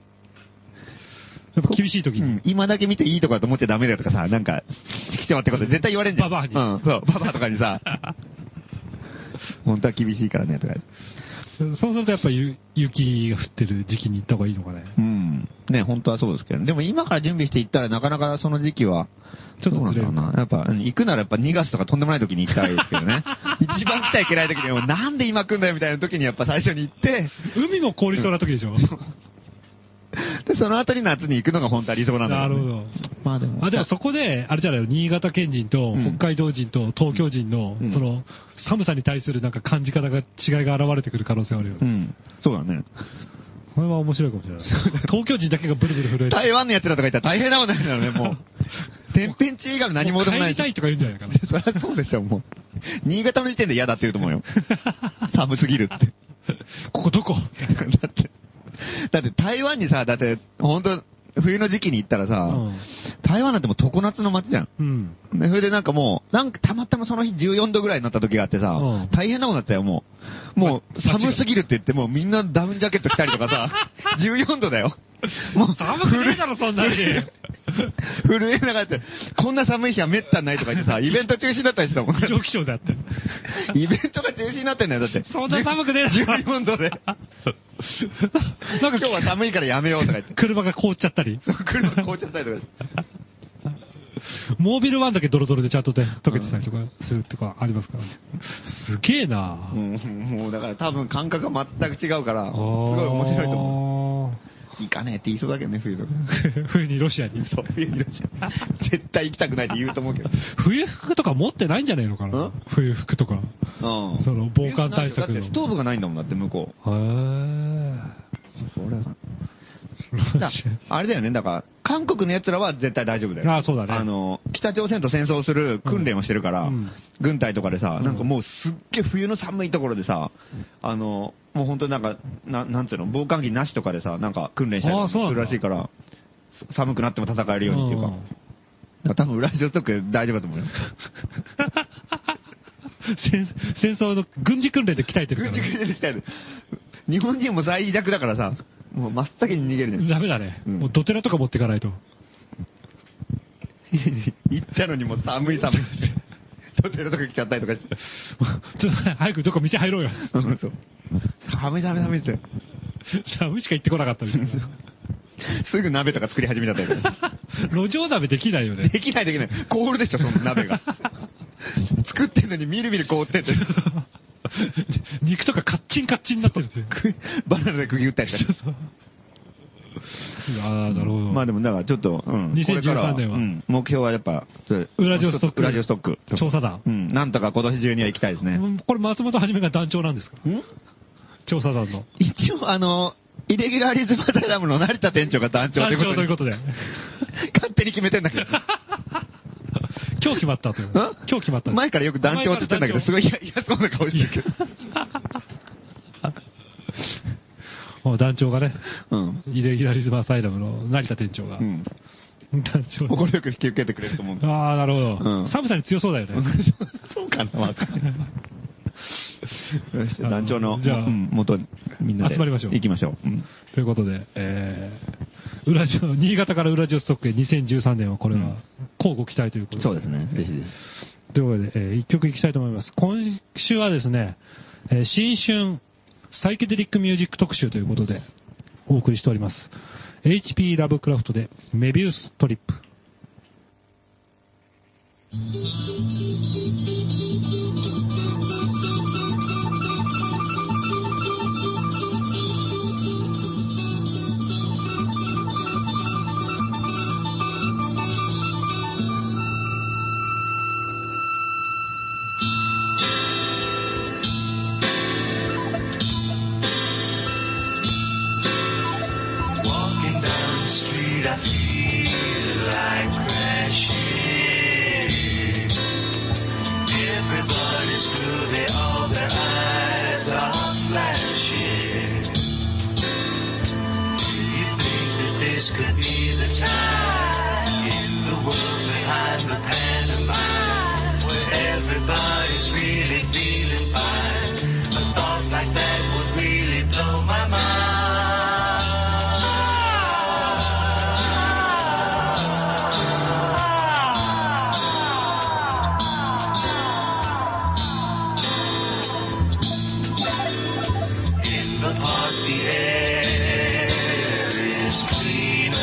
Speaker 2: やっぱ厳しい時
Speaker 1: う
Speaker 2: に。
Speaker 1: ん、今だけ見ていいとかと思っちゃダメだよとかさ、なんか、来てもらってこと絶対言われんじゃん。
Speaker 2: ババアに
Speaker 1: うん、そう、ババアとかに さ、本当は厳しいからね、とか。
Speaker 2: そうするとやっぱゆ雪が降ってる時期に行った方がいいのかね。
Speaker 1: うん。ね、本当はそうですけど、ね、でも今から準備していったらなかなかその時期は、
Speaker 2: ちょっ
Speaker 1: ど
Speaker 2: と
Speaker 1: うな
Speaker 2: ず
Speaker 1: ん
Speaker 2: れ
Speaker 1: だろ
Speaker 2: る
Speaker 1: う。な。やっぱ、うん行くならやっぱ2月とかとんでもない時に行きたいですけど ね。一番来ちゃいけない時でも、なんで今来んだよみたいな時にやっぱ最初に行って、
Speaker 2: 海も凍りそうな時でしょ。
Speaker 1: で、その後に夏に行くのが本当は理想なんだ
Speaker 2: な
Speaker 1: け
Speaker 2: る
Speaker 1: ど
Speaker 2: ほ
Speaker 1: ね、
Speaker 2: ど。
Speaker 1: まあでも。
Speaker 2: あ、でもそこで、あれじゃないよ、新潟県人と
Speaker 1: うん
Speaker 2: 北海道人と東京人の、
Speaker 1: うん
Speaker 2: その、寒さに対するなんか感じ方が、違いが現れてくる可能性はあるよ
Speaker 1: う
Speaker 2: ね。
Speaker 1: ん。そうだね。
Speaker 2: これは面白いかも しれない。東京人だけがブルブル震えて。
Speaker 1: 台湾の奴らとかいたら大変なことになるよね、も う。天変地異以外の何もでもない
Speaker 2: 帰りたい
Speaker 1: し。
Speaker 2: とか言うんじゃないかな。
Speaker 1: そりゃそうでしょ、もう。新潟の時点で嫌だって言うと思うよ。寒すぎるって。
Speaker 2: ここどこ
Speaker 1: だって、だって台湾にさ、だって、本当冬の時期に行ったらさ、
Speaker 2: うん
Speaker 1: 台湾なんてもう常夏の街じゃん。
Speaker 2: うん。
Speaker 1: でそれでなんかもう、なんかたまたまその日14度ぐらいになった時があってさ、
Speaker 2: うん
Speaker 1: 大変なことになったよ、もう。もう、
Speaker 2: ま
Speaker 1: 寒すぎるって言って、もうみんなダウンジャケット着たりとかさ、14度だ よ。もう、
Speaker 2: 寒くねえだろ、そんなに。
Speaker 1: 震えながらって、こんな寒い日は滅多にないとか言ってさ、イベント中止になったりしてたもん。
Speaker 2: 異常気象だって。
Speaker 1: イベントが中止になってんだよ、だって。
Speaker 2: そんな寒くねえだろ。
Speaker 1: 14度で。
Speaker 2: なん
Speaker 1: 今日
Speaker 2: か、
Speaker 1: は寒いからやめようとか言って。
Speaker 2: 車が凍っちゃったり。
Speaker 1: 車凍っちゃったりとか。
Speaker 2: モービル1だけドロドロでちゃんとね、溶けてたりとかするとかありますからね。すげえな
Speaker 1: う
Speaker 2: ぁ。
Speaker 1: んもうだから多分感覚が全く違うから、す
Speaker 2: す
Speaker 1: ごい面白いと思
Speaker 2: 思う。
Speaker 1: う。行かねえって言いそうだけどね、冬 とか。
Speaker 2: 冬にロシアに。
Speaker 1: そう、冬にロシア絶対行きたくないって言うと思うけど。
Speaker 2: 冬服とか持ってないんじゃないのかなん冬服とか。へ
Speaker 1: うん
Speaker 2: その防寒対策の
Speaker 1: だってストーブがないんだもんだって、向こう。
Speaker 2: ぇ
Speaker 1: 俺はだ
Speaker 2: ロシ
Speaker 1: あれだよね、だから、韓国の奴らは絶対大丈夫だよ。
Speaker 2: あそうだね
Speaker 1: あの、北朝鮮と戦争する訓練をしてるから、
Speaker 2: うん
Speaker 1: 軍隊とかでさ、
Speaker 2: うん
Speaker 1: なんかもうすっげえ冬の寒いところでさ、あの、もう本当になんか、ななんつうの、防寒着なしとかでさ、なんか訓練した
Speaker 2: あ
Speaker 1: りす
Speaker 2: そうなんだ
Speaker 1: るらしいから、す寒くなっても戦えるよ
Speaker 2: ア
Speaker 1: うにっていうか、だから多分ウラジオストク大丈夫だと思うよ。
Speaker 2: 戦戦争の軍事訓練で鍛えてるか
Speaker 1: 軍
Speaker 2: ら
Speaker 1: 事
Speaker 2: ね。
Speaker 1: 訓練したい 日本人も最弱だからさ、もう真っ先に逃げるじゃん。
Speaker 2: ダメだね。
Speaker 1: うん
Speaker 2: もうドテラとか持ってかないと。
Speaker 1: 行ったのにもう寒い 寒い。ホテルとか来ちゃったりとかして。
Speaker 2: ちょっと早くどっか店入ろうよ。
Speaker 1: うんそう寒い寒い寒いって。
Speaker 2: 寒いしか行ってこなかったみたいな。
Speaker 1: すぐ鍋とか作り始めちゃったりとか。
Speaker 2: 路上鍋できない よね。
Speaker 1: できないできない。凍るでしょ、その鍋が。作ってんのに みるみる凍ってって。
Speaker 2: 肉とかカッチンカッチンになってるんですよ。
Speaker 1: バナナで釘打ったりとか。
Speaker 2: ああ、なるほど。
Speaker 1: まあでも、だからちょっと、うん。これから
Speaker 2: 2013年は
Speaker 1: うん目標はやっぱ、
Speaker 2: ウラジオストック
Speaker 1: ウラジオストック。
Speaker 2: 調査団
Speaker 1: う。ん。なんとか今年中には行きたいですね。
Speaker 2: これ松本はじめが団長なんですか
Speaker 1: ん
Speaker 2: 調査団の。
Speaker 1: 一応、あの、イレギュラーリズムアタラムの成田店長が団長
Speaker 2: 団
Speaker 1: ということに
Speaker 2: 長ということで。
Speaker 1: 勝手に決めてんだ けど。
Speaker 2: 今日決まったという。
Speaker 1: ん
Speaker 2: 今日決まった。
Speaker 1: 前からよく団長って言ってんだけど、すごい嫌嫌そうな顔してるけど。
Speaker 2: もう団長がね、
Speaker 1: うん。
Speaker 2: イレギュラリズムアサイラムの成田店長が。
Speaker 1: うん。
Speaker 2: 団長。
Speaker 1: 心よく引き受けてくれると思 うんだ。
Speaker 2: ああ、なるほど、
Speaker 1: うん
Speaker 2: 寒さに強そうだよね。
Speaker 1: そうかな、わかんないよし団長の、
Speaker 2: じゃあ
Speaker 1: うん、元に、みんなで。
Speaker 2: 集まりましょう
Speaker 1: 行きましょう。うん。
Speaker 2: ということで、えー、ウラジオ、新潟からウラジオストックへ2013年はこれ
Speaker 1: うん
Speaker 2: は、交互期待ということ
Speaker 1: そうですね。ぜひぜひ。
Speaker 2: ということで、えー一曲いきたいと思います。今週はですね、えー新春サイケデリックミュージック特集ということで、お送りしております。HP ラブクラフトで、メビウストリップ。
Speaker 3: Walking down the street, I feel like crashing. Everybody's blue, they all their eyes are flashing. Do you think that this could be the time in the world behind the pantomime where everybody's really feeling fine? A thought like that would really blow my mind. In the park, the air is cleaner,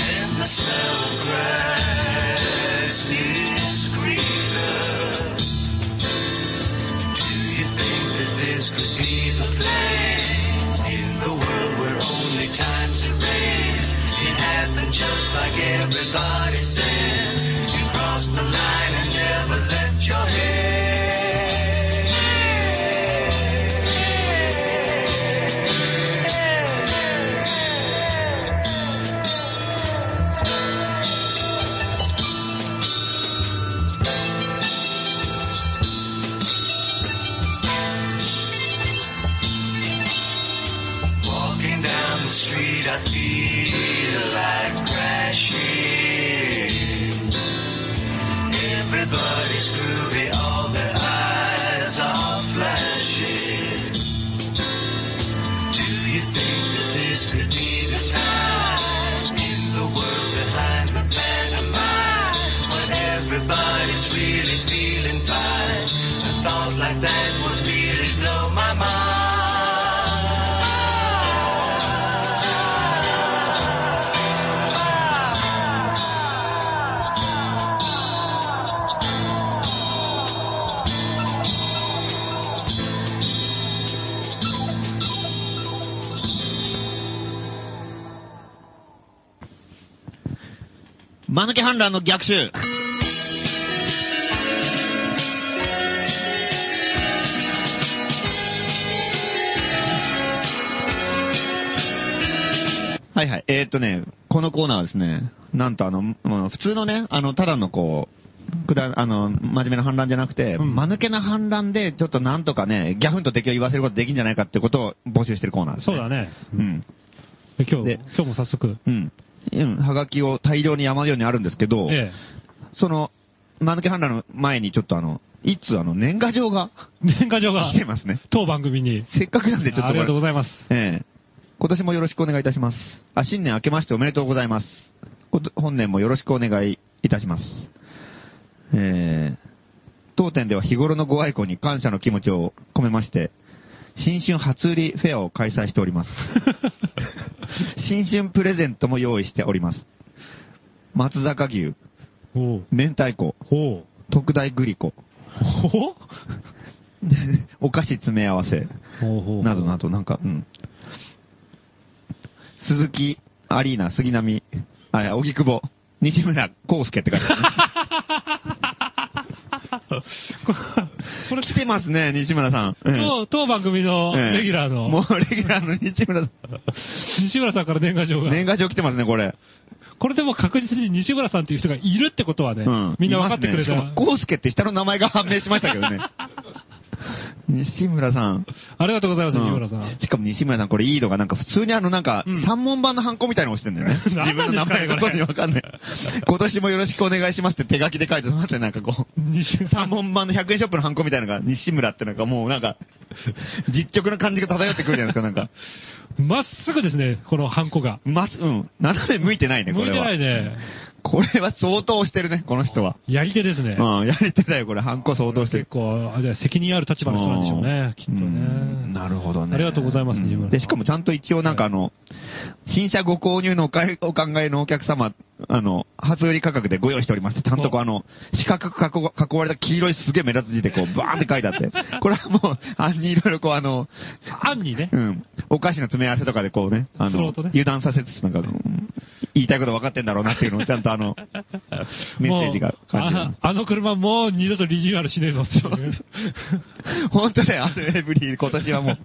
Speaker 3: and the smell of grass is greener. Do you think that this could be the place in the world where only time's erased? It happened just like everybody said. You crossed the line and never left your head. Walking down the street, I feel like crashing. Everybody's groovy, all their eyes are flashing. Do you think that this could be the time in the world behind the pantomime when everybody's really feeling fine? A thought like that would really blow my mind.
Speaker 1: 間抜け反乱の逆襲。はいはい。えーっとね、このコーナーはですね、なんとあの、まあ普通のね、あの、ただのこう、くだ、あの、真面目な反乱じゃなくて、
Speaker 2: うん
Speaker 1: 間抜けな反乱で、ちょっとなんとかね、ギャフンと敵を言わせることできるんじゃないかってことを募集してるコーナーです、
Speaker 2: そ
Speaker 1: ね。
Speaker 2: うだ
Speaker 1: ね。
Speaker 2: ね。
Speaker 1: うん。
Speaker 2: で今日
Speaker 1: で、
Speaker 2: 今日も早速。
Speaker 1: うん。うん、はがきを大量に山のようにあるんですけど、
Speaker 2: ええ。
Speaker 1: その、間抜け反乱の前にちょっとあの、いつあの、年賀状が
Speaker 2: 年賀状が
Speaker 1: 来、てますね。
Speaker 2: 当番組に。
Speaker 1: せっかくなんでちょっとこれ
Speaker 2: ありがとうございます。
Speaker 1: ええ今年もよろしくお願いいたします。あ、新年明けましておめでとうございます。こと本年もよろしくお願いいたします。ええ当店では日頃のご愛顧に感謝の気持ちを込めまして、新春初売りフェアを開催しております。新春プレゼントも用意しております。松坂牛、
Speaker 2: おう。
Speaker 1: 明太子、
Speaker 2: おう。
Speaker 1: 特大グリコ、
Speaker 2: ほ
Speaker 1: お菓子詰め合わせ、
Speaker 2: ほうほう
Speaker 1: などなど、なんか、うん。鈴木、アリーナ、杉並、あ、いや荻窪、西村康介って書いてあ
Speaker 2: こ
Speaker 1: る。
Speaker 2: れ、
Speaker 1: 来てますね、西村さん。
Speaker 2: 当、当番組の
Speaker 1: ええ
Speaker 2: レギュラー
Speaker 1: も
Speaker 2: の、
Speaker 1: うレギュラーの西村さ
Speaker 2: 西村さんから年賀状
Speaker 1: ん。
Speaker 2: が。
Speaker 1: 年賀状来てますね、これ。
Speaker 2: これでも確実に西村さんっていう人がいるってことはね、
Speaker 1: うん。
Speaker 2: みんな分かって
Speaker 1: い
Speaker 2: くれ
Speaker 1: ますね
Speaker 2: た
Speaker 1: し。かも康介って下の名前が判明しましたけど ね。西村さん。
Speaker 2: ありがとうございます、
Speaker 1: うん
Speaker 2: 西村さん。
Speaker 1: しかも西村さん、これいいのが、なんか普通にあの、なんか
Speaker 2: うん、。
Speaker 1: 三文版のハンコみたいなのをしてんだよね自分の名前のところに
Speaker 2: 何なんです
Speaker 1: わか
Speaker 2: かねこれ
Speaker 1: んない。今年もよろしくお願いしますって手書きで書いてますね、なんかこう。
Speaker 2: 西 村さ
Speaker 1: 三文版の100円ショップのハンコみたいなのが、西村ってなんかもうなんか、実直な感じが漂ってくるじゃないですか、なんか。
Speaker 2: ん、まっすぐですね、このハンコが。
Speaker 1: ます、うん。斜め向いてないね、こ
Speaker 2: 向い
Speaker 1: れ
Speaker 2: て
Speaker 1: は。
Speaker 2: ないね。
Speaker 1: これは相当してるね、この人は。
Speaker 2: やり手ですね。
Speaker 1: うん、やれてたよ、これ。ハンコ相当して
Speaker 2: 結
Speaker 1: る。
Speaker 2: 構、あじゃあ責任ある立場の人なんでしょうね、きっと
Speaker 1: うん
Speaker 2: ね。
Speaker 1: なるほどね。
Speaker 2: ありがとうございます
Speaker 1: ん
Speaker 2: 西村さん
Speaker 1: で、しかもちゃんと一応なんかあの、新車ご購入のお買いお考えのお客様、あの、初売り価格でご用意しております。ちゃんとこうあの、四角く囲わ囲われた黄色いすげえ目立つ字でこう、バーンって書いてあ って。これはもう、あんにいろいろこうあの、
Speaker 2: 案にね
Speaker 1: う。ん。お菓子の詰め合わせとかでこうね、あ
Speaker 2: スロ
Speaker 1: の
Speaker 2: ー、とね
Speaker 1: 油断させつつなんか、うん言いたいこと分かってんだろうなっていうのをちゃん とあの、メッセージが感じる
Speaker 2: もう。ああの車もう二度とリニューアルしねえぞ っていう。
Speaker 1: 本当だよ、アルエブリー、今年はも
Speaker 2: も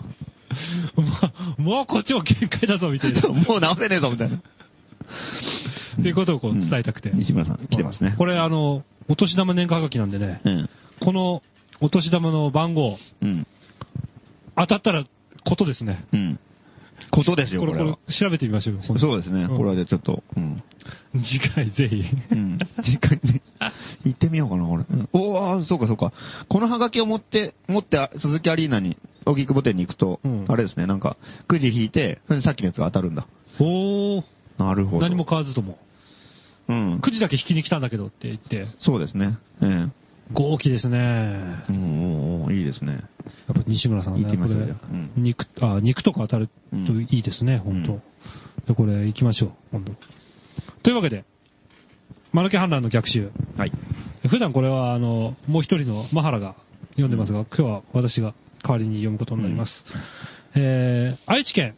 Speaker 2: うもうこっちも限界だぞみたいな。
Speaker 1: う、 もう直せねえぞ、みたいな。
Speaker 2: っていうことをこう伝えたくて。
Speaker 1: うん西村さん、来てますね。
Speaker 2: これあの、お年玉年賀はがきなんでね、
Speaker 1: うん。
Speaker 2: このお年玉の番号、
Speaker 1: うん。
Speaker 2: 当たったらことですね。
Speaker 1: うん。ことですよ、
Speaker 2: こ
Speaker 1: こ
Speaker 2: れ、
Speaker 1: れ
Speaker 2: こ
Speaker 1: は。
Speaker 2: れ、調べてみましょう。この
Speaker 1: そうですね。
Speaker 2: うん
Speaker 1: これはでちょっと、うん。
Speaker 2: 次回ぜひ。
Speaker 1: うん。実家にね、行ってみようかな、これ。うんおー、そうかそうか。このハガキを持って、持って、あ鈴木アリーナに、荻窪店に行くと、
Speaker 2: うん
Speaker 1: あれですね、なんか、くじ引いて、それでさっきのやつが当たるんだ。
Speaker 2: おー、
Speaker 1: なるほど。
Speaker 2: 何も買わずとも。
Speaker 1: うん。
Speaker 2: くじだけ引きに来たんだけどって言って、
Speaker 1: そうですね。ええ。
Speaker 2: 豪気ですね。
Speaker 1: うん、おーおーいいですね。
Speaker 2: やっぱ西村さん
Speaker 1: 行
Speaker 2: ね、
Speaker 1: きま
Speaker 2: こ
Speaker 1: し
Speaker 2: れ
Speaker 1: ょうようん、
Speaker 2: 肉、あ、肉とか当たるといいですね、
Speaker 1: うん
Speaker 2: 本当で、これ行きましょう、今度。というわけで、マルケ反乱の逆襲。
Speaker 1: はい。
Speaker 2: 普段これは、あの、もう一人のマハラが読んでますが、今日は私が代わりに読むことになります。えー、愛知県、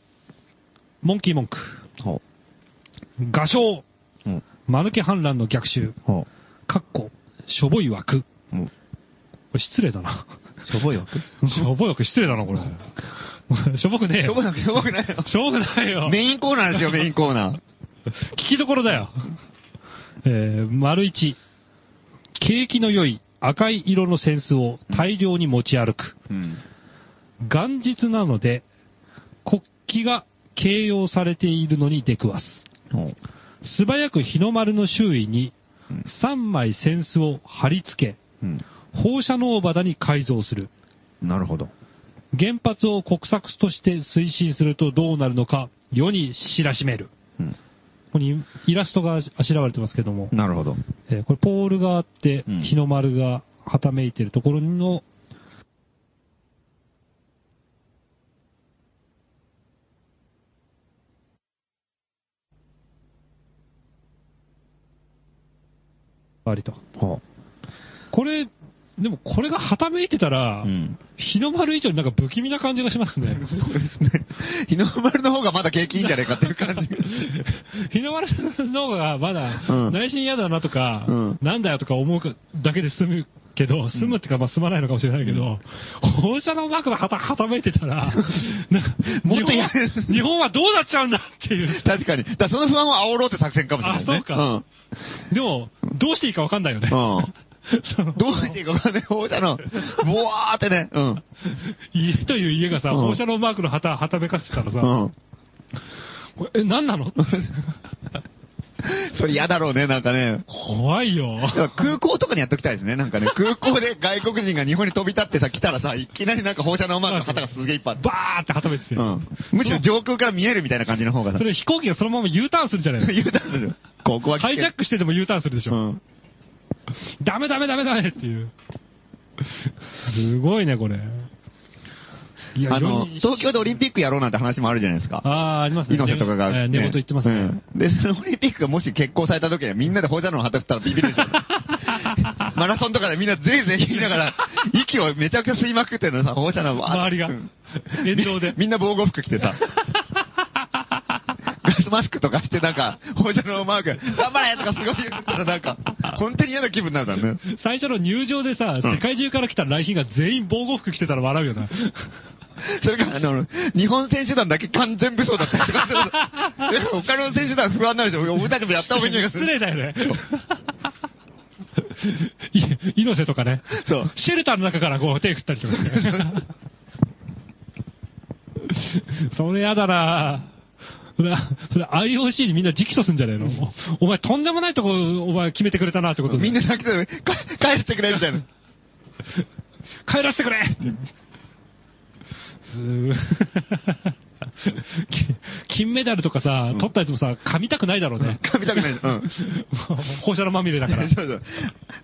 Speaker 2: モンキーモンク、
Speaker 1: ほ
Speaker 2: 画商、
Speaker 1: う。うん。
Speaker 2: マヌケ反乱の逆襲、
Speaker 1: ほ
Speaker 2: かっこ、しょぼい枠。こ
Speaker 1: う。うん。
Speaker 2: れ失礼だな。
Speaker 1: しょぼい枠
Speaker 2: しょぼい枠失礼だな、これ。 しょぼくねえ
Speaker 1: しょ
Speaker 2: よ
Speaker 1: ぼい。枠、しょぼくないよ。
Speaker 2: しょぼくない よ。
Speaker 1: メインコーナーですよ、メインコーナー。
Speaker 2: 聞きどころだよ。えー、丸一、景気の良い赤い色の扇子を大量に持ち歩く。
Speaker 1: うん。
Speaker 2: 元日なので、国旗が掲揚されているのに出くわす。
Speaker 1: ほう。
Speaker 2: 素早く日の丸の周囲に
Speaker 1: うん
Speaker 2: 3枚扇子を貼り付け、
Speaker 1: うん。
Speaker 2: 放射能バダに改造する。
Speaker 1: なるほど。
Speaker 2: 原発を国策として推進するとどうなるのか、世に知らしめる。
Speaker 1: うん。
Speaker 2: ここにイラストがあしらわれてますけども、
Speaker 1: なるほど。
Speaker 2: えーこれポールがあって
Speaker 1: うん、
Speaker 2: 日の丸がはためいてるところの、割と。
Speaker 1: ほ
Speaker 2: これ、でもこれがはためいてたら、
Speaker 1: うん
Speaker 2: 日の丸以上になんか不気味な感じがしますね。
Speaker 1: そうですね。 日の丸の方がまだ景気いいんじゃないかっていう感 じ。
Speaker 2: 日の丸の方がまだ
Speaker 1: うん
Speaker 2: 内心嫌だなとか、
Speaker 1: うん
Speaker 2: なんだよとか思うだけで済むけど、済むっていうか、まあ済まないのかもしれないけど、放射能マークの旗、はためいてた ら、なんか
Speaker 1: もっと
Speaker 2: 日
Speaker 1: 嫌
Speaker 2: 本日本はどうなっちゃうんだっ ていう。
Speaker 1: 確かに。だからその不安を煽ろうって作戦かもしれない、ね。
Speaker 2: あそうかでも、どうしていいかわかんないよね。
Speaker 1: うん
Speaker 2: その
Speaker 1: うん。どうしていいかわかんない。放射能。ぼわーってね。うん。
Speaker 2: 家という家がさ、
Speaker 1: うん
Speaker 2: 放射能マークの旗、はためかせてたらさ、
Speaker 1: うん。
Speaker 2: これえ、何なの
Speaker 1: それ嫌だろうね、なんかね。
Speaker 2: 怖いよ。
Speaker 1: だから空港とかにやっときたいですね。なんかね、空港で外国人が日本に飛び立ってさ、来たらさ、いきなりなんか放射能マークの旗がすげえいっぱいあって。
Speaker 2: バーってはためてて、
Speaker 1: うん。むしろ上空から見えるみたいな感じの方がさ
Speaker 2: そ、れ飛行機がそのまま U ターンするじゃない の
Speaker 1: 言うたんですよ。ここは危
Speaker 2: ハ
Speaker 1: 険
Speaker 2: イジャックしてでも U ターンするでしょ。
Speaker 1: うん。
Speaker 2: ダメダメダメダメっていう。すごいね、これ。い
Speaker 1: あの、
Speaker 2: いろいろ
Speaker 1: 東京でオリンピックやろうなんて話もあるじゃないですか。
Speaker 2: あー、ありますね。
Speaker 1: 猪瀬とかが、
Speaker 2: えー寝言言ってますね。
Speaker 1: うんで、そのオリンピックがもし決行された時にはみんなで放射能を旗振ったらビビるでしょ。 マラソンとかでみんなぜいぜい言いながら、息をめちゃくちゃ吸いまくってるのさ、放射能わー
Speaker 2: 周りが
Speaker 1: うん。
Speaker 2: 沿道で。
Speaker 1: みんな防護服着てさ。ガスマスクとかしてなんか、放射能マーク、頑張れとかすごい言ったらなんか、本当に嫌な気分になるだろうね。
Speaker 2: 最初の入場でさ、
Speaker 1: うん
Speaker 2: 世界中から来た来賓が全員防護服着てたら笑う よな。
Speaker 1: それから、あの、日本選手団だけ完全武装だったりとかする のでも他の選手団不安になるでしょ。俺たちもやった方がいいんじゃないか
Speaker 2: 失礼だよね。 い猪瀬とかね。
Speaker 1: そう。
Speaker 2: シェルターの中からこう手振ったりとか して。それやだなそれ、それ IOC にみんな直訴すんじゃねえのお前とんでもないとこ、お前決めてくれたなってことで。
Speaker 1: みんな泣きそうで、か返してくれみたいな。
Speaker 2: 帰らせてくれすーき 金メダルとかさ、取ったやつもさ、噛みたくないだろうね。
Speaker 1: 噛みたくない。うん。
Speaker 2: もう放射能まみれだ から。
Speaker 1: そうそう。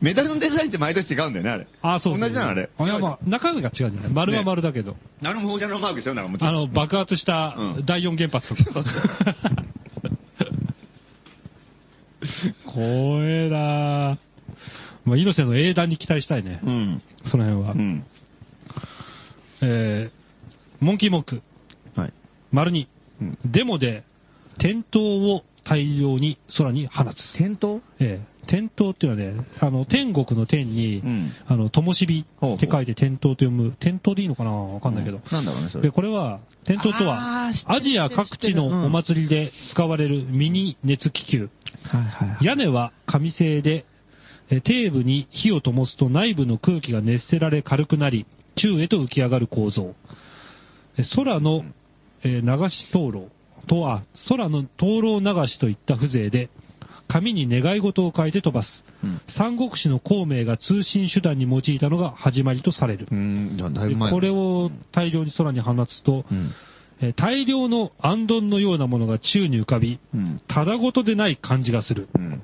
Speaker 1: メダルのデザインって毎年違うんだよね、あれ。
Speaker 2: あ、そう。
Speaker 1: 同じなの、あれ。
Speaker 2: いや、まあ、中身が違うんじゃない丸は丸だけど。
Speaker 1: なるも放射能マークでしょ、なんかもち
Speaker 2: あ
Speaker 1: ろん。
Speaker 2: の、爆発した
Speaker 1: うん
Speaker 2: 第四 原発とか。怖えなまあ、猪瀬の英断に期待したいね
Speaker 1: う。ん。
Speaker 2: その辺は。
Speaker 1: うん。
Speaker 2: えー、モンキーモック、
Speaker 1: はい。
Speaker 2: 丸二
Speaker 1: うん
Speaker 2: デモで、点灯を大量に空に放つ。
Speaker 1: 転倒
Speaker 2: えー、点灯っていうのはね、あの、天国の天に、
Speaker 1: うん
Speaker 2: あの、灯火って書いて点灯と読む。点灯でいいのかなわかんないけど。
Speaker 1: なんだろうね、それ
Speaker 2: で、。これは、点灯とは
Speaker 1: あー知って、る
Speaker 2: アジア各地
Speaker 1: 知ってる
Speaker 2: のお祭りで使われるミニ熱気球。
Speaker 1: はいはい。
Speaker 2: 屋根は紙製で、え底部に火を灯すと内部の空気が熱せられ軽くなり、宙へと浮き上がる構造。え空の、えー流し灯籠とは、空の灯籠流しといった風情で、紙に願い事を書いて飛ばす。
Speaker 1: うん
Speaker 2: 三国志の孔明が通信手段に用いたのが始まりとされる。
Speaker 1: うん、だだいぶ
Speaker 2: で
Speaker 1: 前。
Speaker 2: これを大量に空に放つと、
Speaker 1: うん。
Speaker 2: えー大量のアンドンのようなものが宙に浮かび、
Speaker 1: うん。
Speaker 2: ただごとでない感じがする。
Speaker 1: うん。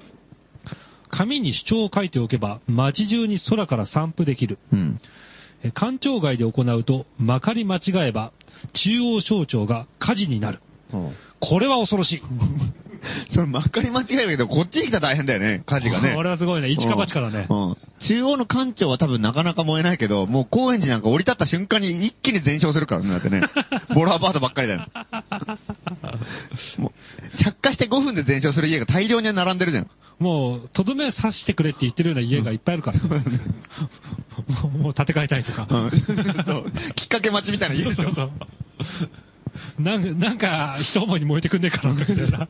Speaker 2: 紙に主張を書いておけば、街中に空から散布できる。
Speaker 1: うん。
Speaker 2: えー官庁街で行うと、まかり間違えば、中央省庁が火事になる。
Speaker 1: うん
Speaker 2: これは恐ろしい。
Speaker 1: それ、まかり間違えるけど、こっちに来たら大変だよね、火事がね。
Speaker 2: これはすごいね。一か八かだね
Speaker 1: う。ん。中央の館長は多分なかなか燃えないけど、もう高円寺なんか降り立った瞬間に一気に全焼するからね、だって ね。ボロアパートばっかりだよ。もう、着火して5分で全焼する家が大量に並んでるじゃん。
Speaker 2: もう、とどめ刺してくれって言ってるような家がいっぱいあるから。 もうもう建て替えたいとか。
Speaker 1: うん。 そう。きっかけ待ちみたいな家です
Speaker 2: そう
Speaker 1: よ。
Speaker 2: そう。なんなんか、一思いに燃えてくんねえかな、みたいな。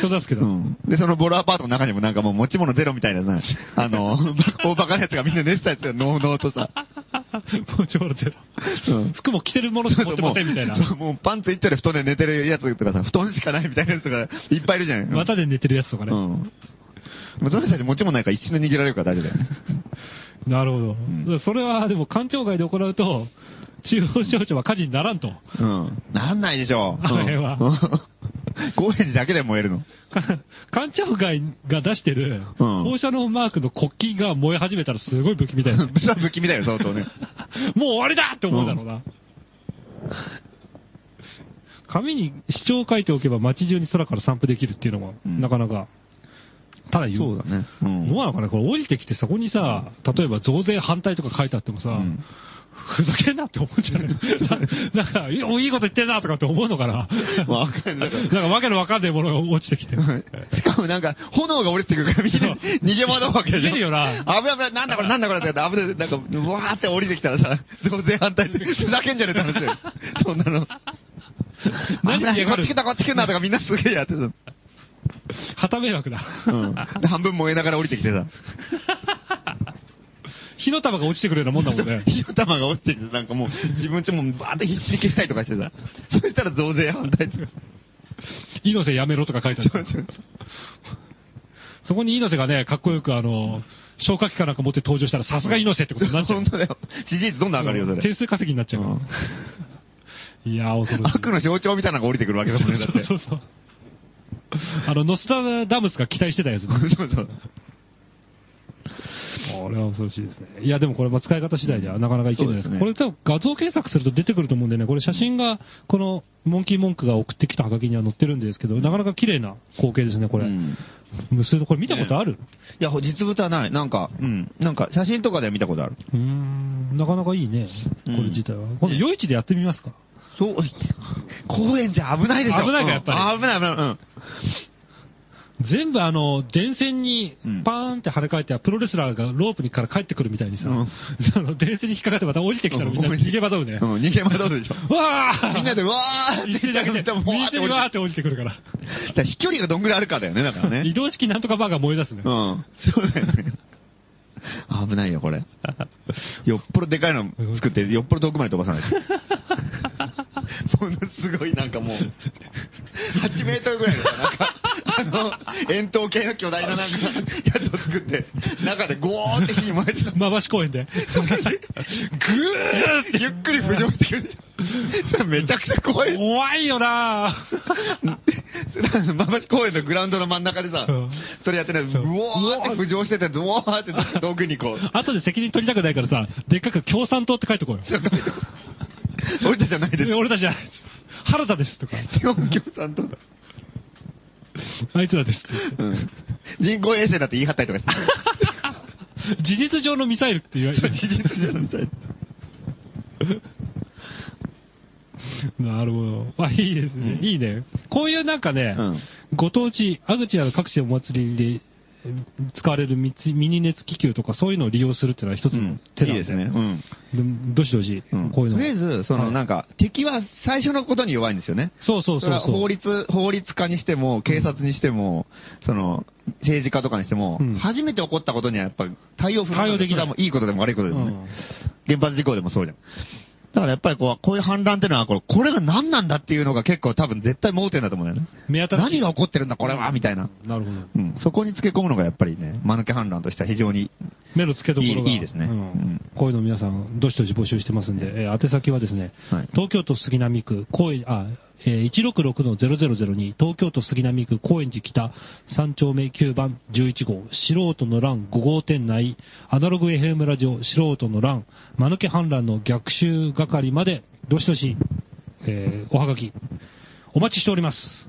Speaker 2: 人助けだ。
Speaker 1: うん。で、そのボロアパートの中にもなんかもう持ち物ゼロみたいなな、あの、 大バカなやつがみんな寝てたやつがノーノーとさ。
Speaker 2: もうちょろちょろ
Speaker 1: うん。
Speaker 2: 服も着てる ものしか持ってませんみたい
Speaker 1: そうそ
Speaker 2: な。
Speaker 1: うもうパンツいってる布団で寝てるやつとかさ、布団しかないみたいなやつとかいっぱいいるじゃない。
Speaker 2: 綿で寝てるやつとか
Speaker 1: う
Speaker 2: ね。
Speaker 1: ん。まあ、ゾたち持ちもないから一瞬で逃げられるから大丈夫だよね。
Speaker 2: なるほ
Speaker 1: ん
Speaker 2: ど。それは、でも、官庁街で行うと、中央省庁は火事にならんと。
Speaker 1: うん。なんないでしょ。
Speaker 2: あれは
Speaker 1: うん。高円寺だけで燃えるの。
Speaker 2: か官庁街が出してる、
Speaker 1: うん
Speaker 2: 放射能マークの国旗が燃え始めたらすごい不気味だよね。
Speaker 1: それは不気味だよ、相当ね。
Speaker 2: もう終わりだって思うだろうな。紙に主張を書いておけば街中に空から散布できるっていうのも、
Speaker 1: うん
Speaker 2: なかなかただ言う。
Speaker 1: そうだね。うん
Speaker 2: どうなのかなこれ降りてきてそこにさ、例えば増税反対とか書いてあってもさ、
Speaker 1: ん
Speaker 2: ふざけんなって思 うじゃないななんか、いいいいこと言ってんなとかって思うのかな
Speaker 1: わかん ない。
Speaker 2: なんかわけのわかんないものが落ち てきて。
Speaker 1: しかもなんか、炎が降りてくるからみんな逃げ惑うわけでしょ。
Speaker 2: 逃げるよな
Speaker 1: 危ない危ない、なんだこれなんだこれって危ない、なんか、わーって降りてきたらさ、増税反対って、ふざけんじゃねえって話だよ。そんなの。
Speaker 2: 何
Speaker 1: 危な
Speaker 2: 嫌
Speaker 1: い、
Speaker 2: が
Speaker 1: こ
Speaker 2: る
Speaker 1: っち来たこっち来るなとかみんなすげえやってた。うん。
Speaker 2: 旗迷惑だ。
Speaker 1: で半分燃えながら降りてきてさ、
Speaker 2: 火の玉が落ちてくるようなもんだも んね。
Speaker 1: 火の玉が落ちてきて、なんかもう、自分ちもバーって必死に消したりとかしてさ、そしたら増税反対って。
Speaker 2: 猪瀬やめろとか書いてある。そこに猪瀬がね、かっこよくあの、消火器かなんか持って登場したらさすが猪瀬ってことになっちゃう
Speaker 1: 本。当だよ。支持率どんどん上がるよ、それ。
Speaker 2: 点数稼ぎになっちゃう。 いやー、恐ろしい。
Speaker 1: 悪の象徴みたいなのが降りてくるわけだもんね、だって。
Speaker 2: そうそうそう。あの、ノスタダムスが期待してたやつ、ね。
Speaker 1: そうそう。
Speaker 2: これは恐ろしいですね。いや、でもこれ、まあ使い方次第ではなかなかいけないで
Speaker 1: そ
Speaker 2: す
Speaker 1: うですね
Speaker 2: これ多分画像検索すると出てくると思うんでね、これ写真が、この、モンキーモンクが送ってきたハガキには載ってるんですけど、なかなか綺麗な光景ですね、これ。
Speaker 1: うん
Speaker 2: 無数の、これ見たことある、
Speaker 1: いや、実物はない。なんか、うん。なんか、写真とかでは見たことある。
Speaker 2: うーん、なかなかいいね、
Speaker 1: う
Speaker 2: こ
Speaker 1: ん
Speaker 2: れ自体は。今度、夜市でやってみますか。
Speaker 1: そう、公園じゃ危ないでしょ。
Speaker 2: 危ないかやっぱり
Speaker 1: うん危ない、危ない。うん。
Speaker 2: 全部あの、電線に
Speaker 1: うん
Speaker 2: パーンって跳ね返って、プロレスラーがロープにから帰ってくるみたいにさ、
Speaker 1: うん
Speaker 2: あの 電線に引っかかってまた降りてきたらみんな逃げ惑うね。
Speaker 1: うん、逃げ惑うで しょ。
Speaker 2: わー
Speaker 1: みんなで、わーって
Speaker 2: 一緒にだけで、
Speaker 1: でもわー
Speaker 2: 一
Speaker 1: って
Speaker 2: 緒
Speaker 1: 降
Speaker 2: に
Speaker 1: り
Speaker 2: わー
Speaker 1: て
Speaker 2: って降りてくるから。
Speaker 1: だから飛距離がどんぐらいあるかだよね、だから ね
Speaker 2: 移。動式なんとかバーが燃え出すね
Speaker 1: う。ん。そうだよね。 危ないよ、これ。よっぽどでかいの作って、よっぽど遠くまで飛ばさないと。ものすごい、なんかもう、8メートルぐらいのさ、なんか、あの、円筒形の巨大ななんか、やつを作って、中でゴーって火に燃えてた。
Speaker 2: まばし公園で。
Speaker 1: それで
Speaker 2: ぐー
Speaker 1: ゆ
Speaker 2: っ
Speaker 1: っくり浮上してくる。それめちゃくちゃ怖
Speaker 2: て。
Speaker 1: い。
Speaker 2: 怖いよな
Speaker 1: まばし公園のグラウンドの真ん中でさ
Speaker 2: うん、
Speaker 1: それやってね、うおーって浮上してて、うおーって遠くにこう。
Speaker 2: 後で責任取りたくないからさ、でっかく共産党って書いとこうよ。
Speaker 1: 俺たちじゃないです。
Speaker 2: 俺たちじゃないです。原田ですとか、
Speaker 1: 日本共産党だ。
Speaker 2: あいつらですって
Speaker 1: うん。人工衛星だって言い張ったりとか して。
Speaker 2: 事実上のミサイルって言われて
Speaker 1: 事実じゃないみたい。
Speaker 2: なるほど。あ、いいですね。
Speaker 1: うん
Speaker 2: いいね。こういうなんかね、
Speaker 1: うん
Speaker 2: ご当地、アグチアの各地のお祭りでえ使われるミツミニ熱気球とかそういうのを利用するっていうのは一つ
Speaker 1: う
Speaker 2: の
Speaker 1: ん。
Speaker 2: 手
Speaker 1: い
Speaker 2: ないん
Speaker 1: ですね。うん。
Speaker 2: でもどしどし、
Speaker 1: うん
Speaker 2: ことういうの。
Speaker 1: りあえず、そのなんか、敵は最初のことに弱いんですよね。
Speaker 2: そうそう
Speaker 1: そ
Speaker 2: そう
Speaker 1: れ
Speaker 2: そ
Speaker 1: は
Speaker 2: う。
Speaker 1: 法律、法律家にしても、警察にしても、その、政治家とかにしても、
Speaker 2: うん
Speaker 1: 初めて起こったことにはやっぱ対応不能なん
Speaker 2: 対応でき
Speaker 1: そ
Speaker 2: ない
Speaker 1: れはもういいことでも悪いことでもね、
Speaker 2: うん
Speaker 1: 原発事故でもそうじゃん。だからやっぱりこう、こういう反乱ってのは、これ、これが何なんだっていうのが結構多分絶対盲点だと思うんだよね。
Speaker 2: 目新しい
Speaker 1: 何が起こってるんだこれはみたいな。
Speaker 2: なるほど。
Speaker 1: うん。そこにつけ込むのがやっぱりね、間抜け反乱としては非常に、
Speaker 2: 目の付けどころが
Speaker 1: いいいいですね
Speaker 2: うん
Speaker 1: うん
Speaker 2: こういうの皆さん、どしどし募集してますんで、えー宛先はですね、
Speaker 1: はい
Speaker 2: 東京都杉並区、高円、あ、えー166-0002、東京都杉並区高円寺北3丁目9番11号、素人の欄5号店内、アナログ FM ラジオ素人の欄、間抜け反乱の逆襲係まで、どしどし、えーおはがき、お待ちしております。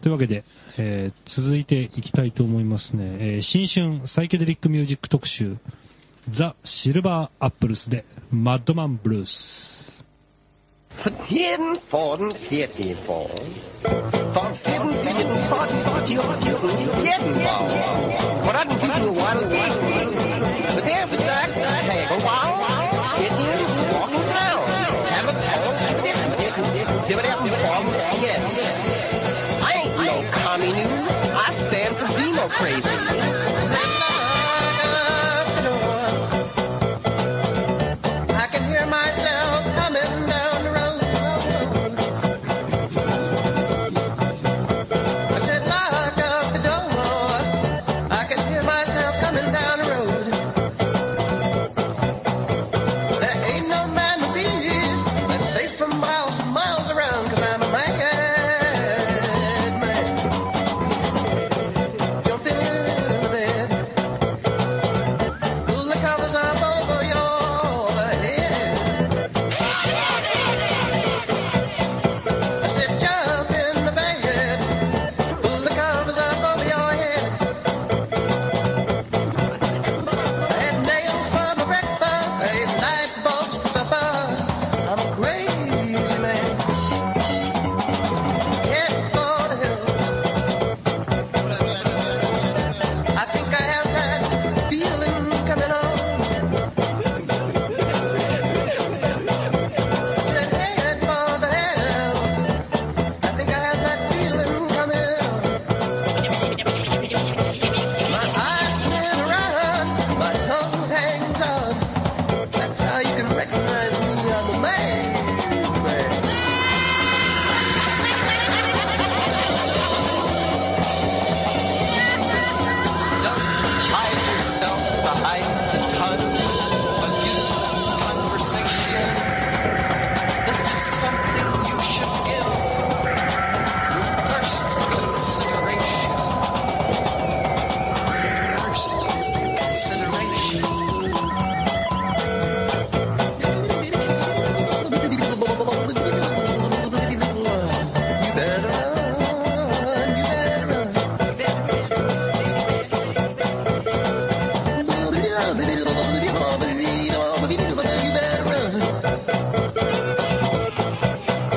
Speaker 2: というわけで、えー続いていきたいと思いますね。えー新春サイケデリックミュージック特集、ザ・シルバー・アップルスで、マッドマン・ブルース。
Speaker 4: Von jedem Faden fährt die Bahn. Von jedem, jedem Faden fährt die Bahn. Jeden Bahn. Voran geht nur one way. Mit der Betrag, hey, go wow. Geht ihr morgen drauf. Er wird auch, er wird, er wird, er wird, er wird, er wird, er wird, er wird. I ain't no commune. I stand for Zeno crazy. Stand up to the world. I can hear myself coming down the road. I said, lock up the door. I can hear myself coming down the road. There ain't no man to beast that's safe from miles and miles around, cause I'm a mad man. Don't do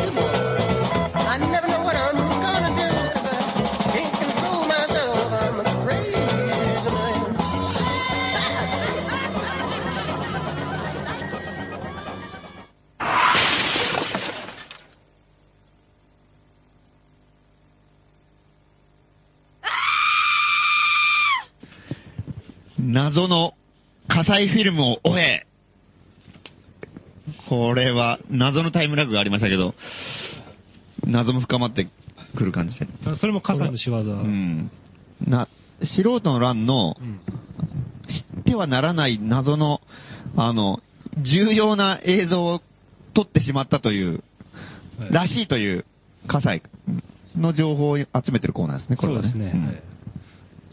Speaker 4: I never know what I'm gonna do 'cause I can't control myself. I'm a crazy man.
Speaker 1: 謎の火災フィルムを終え、これは謎のタイムラグがありましたけど、謎も深まってくる感じで。
Speaker 2: あそれも傘の仕業。う。
Speaker 1: うんん。な、素人の乱の知ってはならない謎の、あの、重要な映像を撮ってしまったという、
Speaker 2: はい
Speaker 1: らしいという火災の情報を集めてるコーナーですね、これ
Speaker 2: そう
Speaker 1: は
Speaker 2: ですね。
Speaker 1: うん
Speaker 2: はい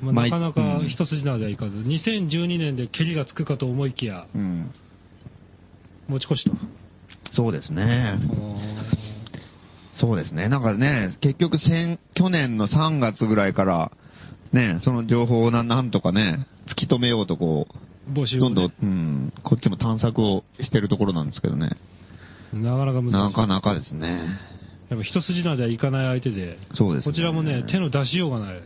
Speaker 2: まあ
Speaker 1: まあ
Speaker 2: なかなか
Speaker 1: うん
Speaker 2: 一筋縄ではいかず、2012年でケリがつくかと思いきや、
Speaker 1: うん。
Speaker 2: 持ち越しと。
Speaker 1: そうですね。そうですね。なんかね、結局先、去年の3月ぐらいから、ね、その情報をななんとかね、突き止めようとこ
Speaker 2: 募
Speaker 1: う、
Speaker 2: 集
Speaker 1: ど
Speaker 2: を
Speaker 1: んど
Speaker 2: ね、
Speaker 1: ん、うん、こっちも探索をしてるところなんですけどね。
Speaker 2: なかなか難
Speaker 1: な
Speaker 2: しい。
Speaker 1: かなかですね。
Speaker 2: やっぱ一筋縄ではいかない相手で、
Speaker 1: そうですね
Speaker 2: こちらもね、手の出しようがない。
Speaker 1: え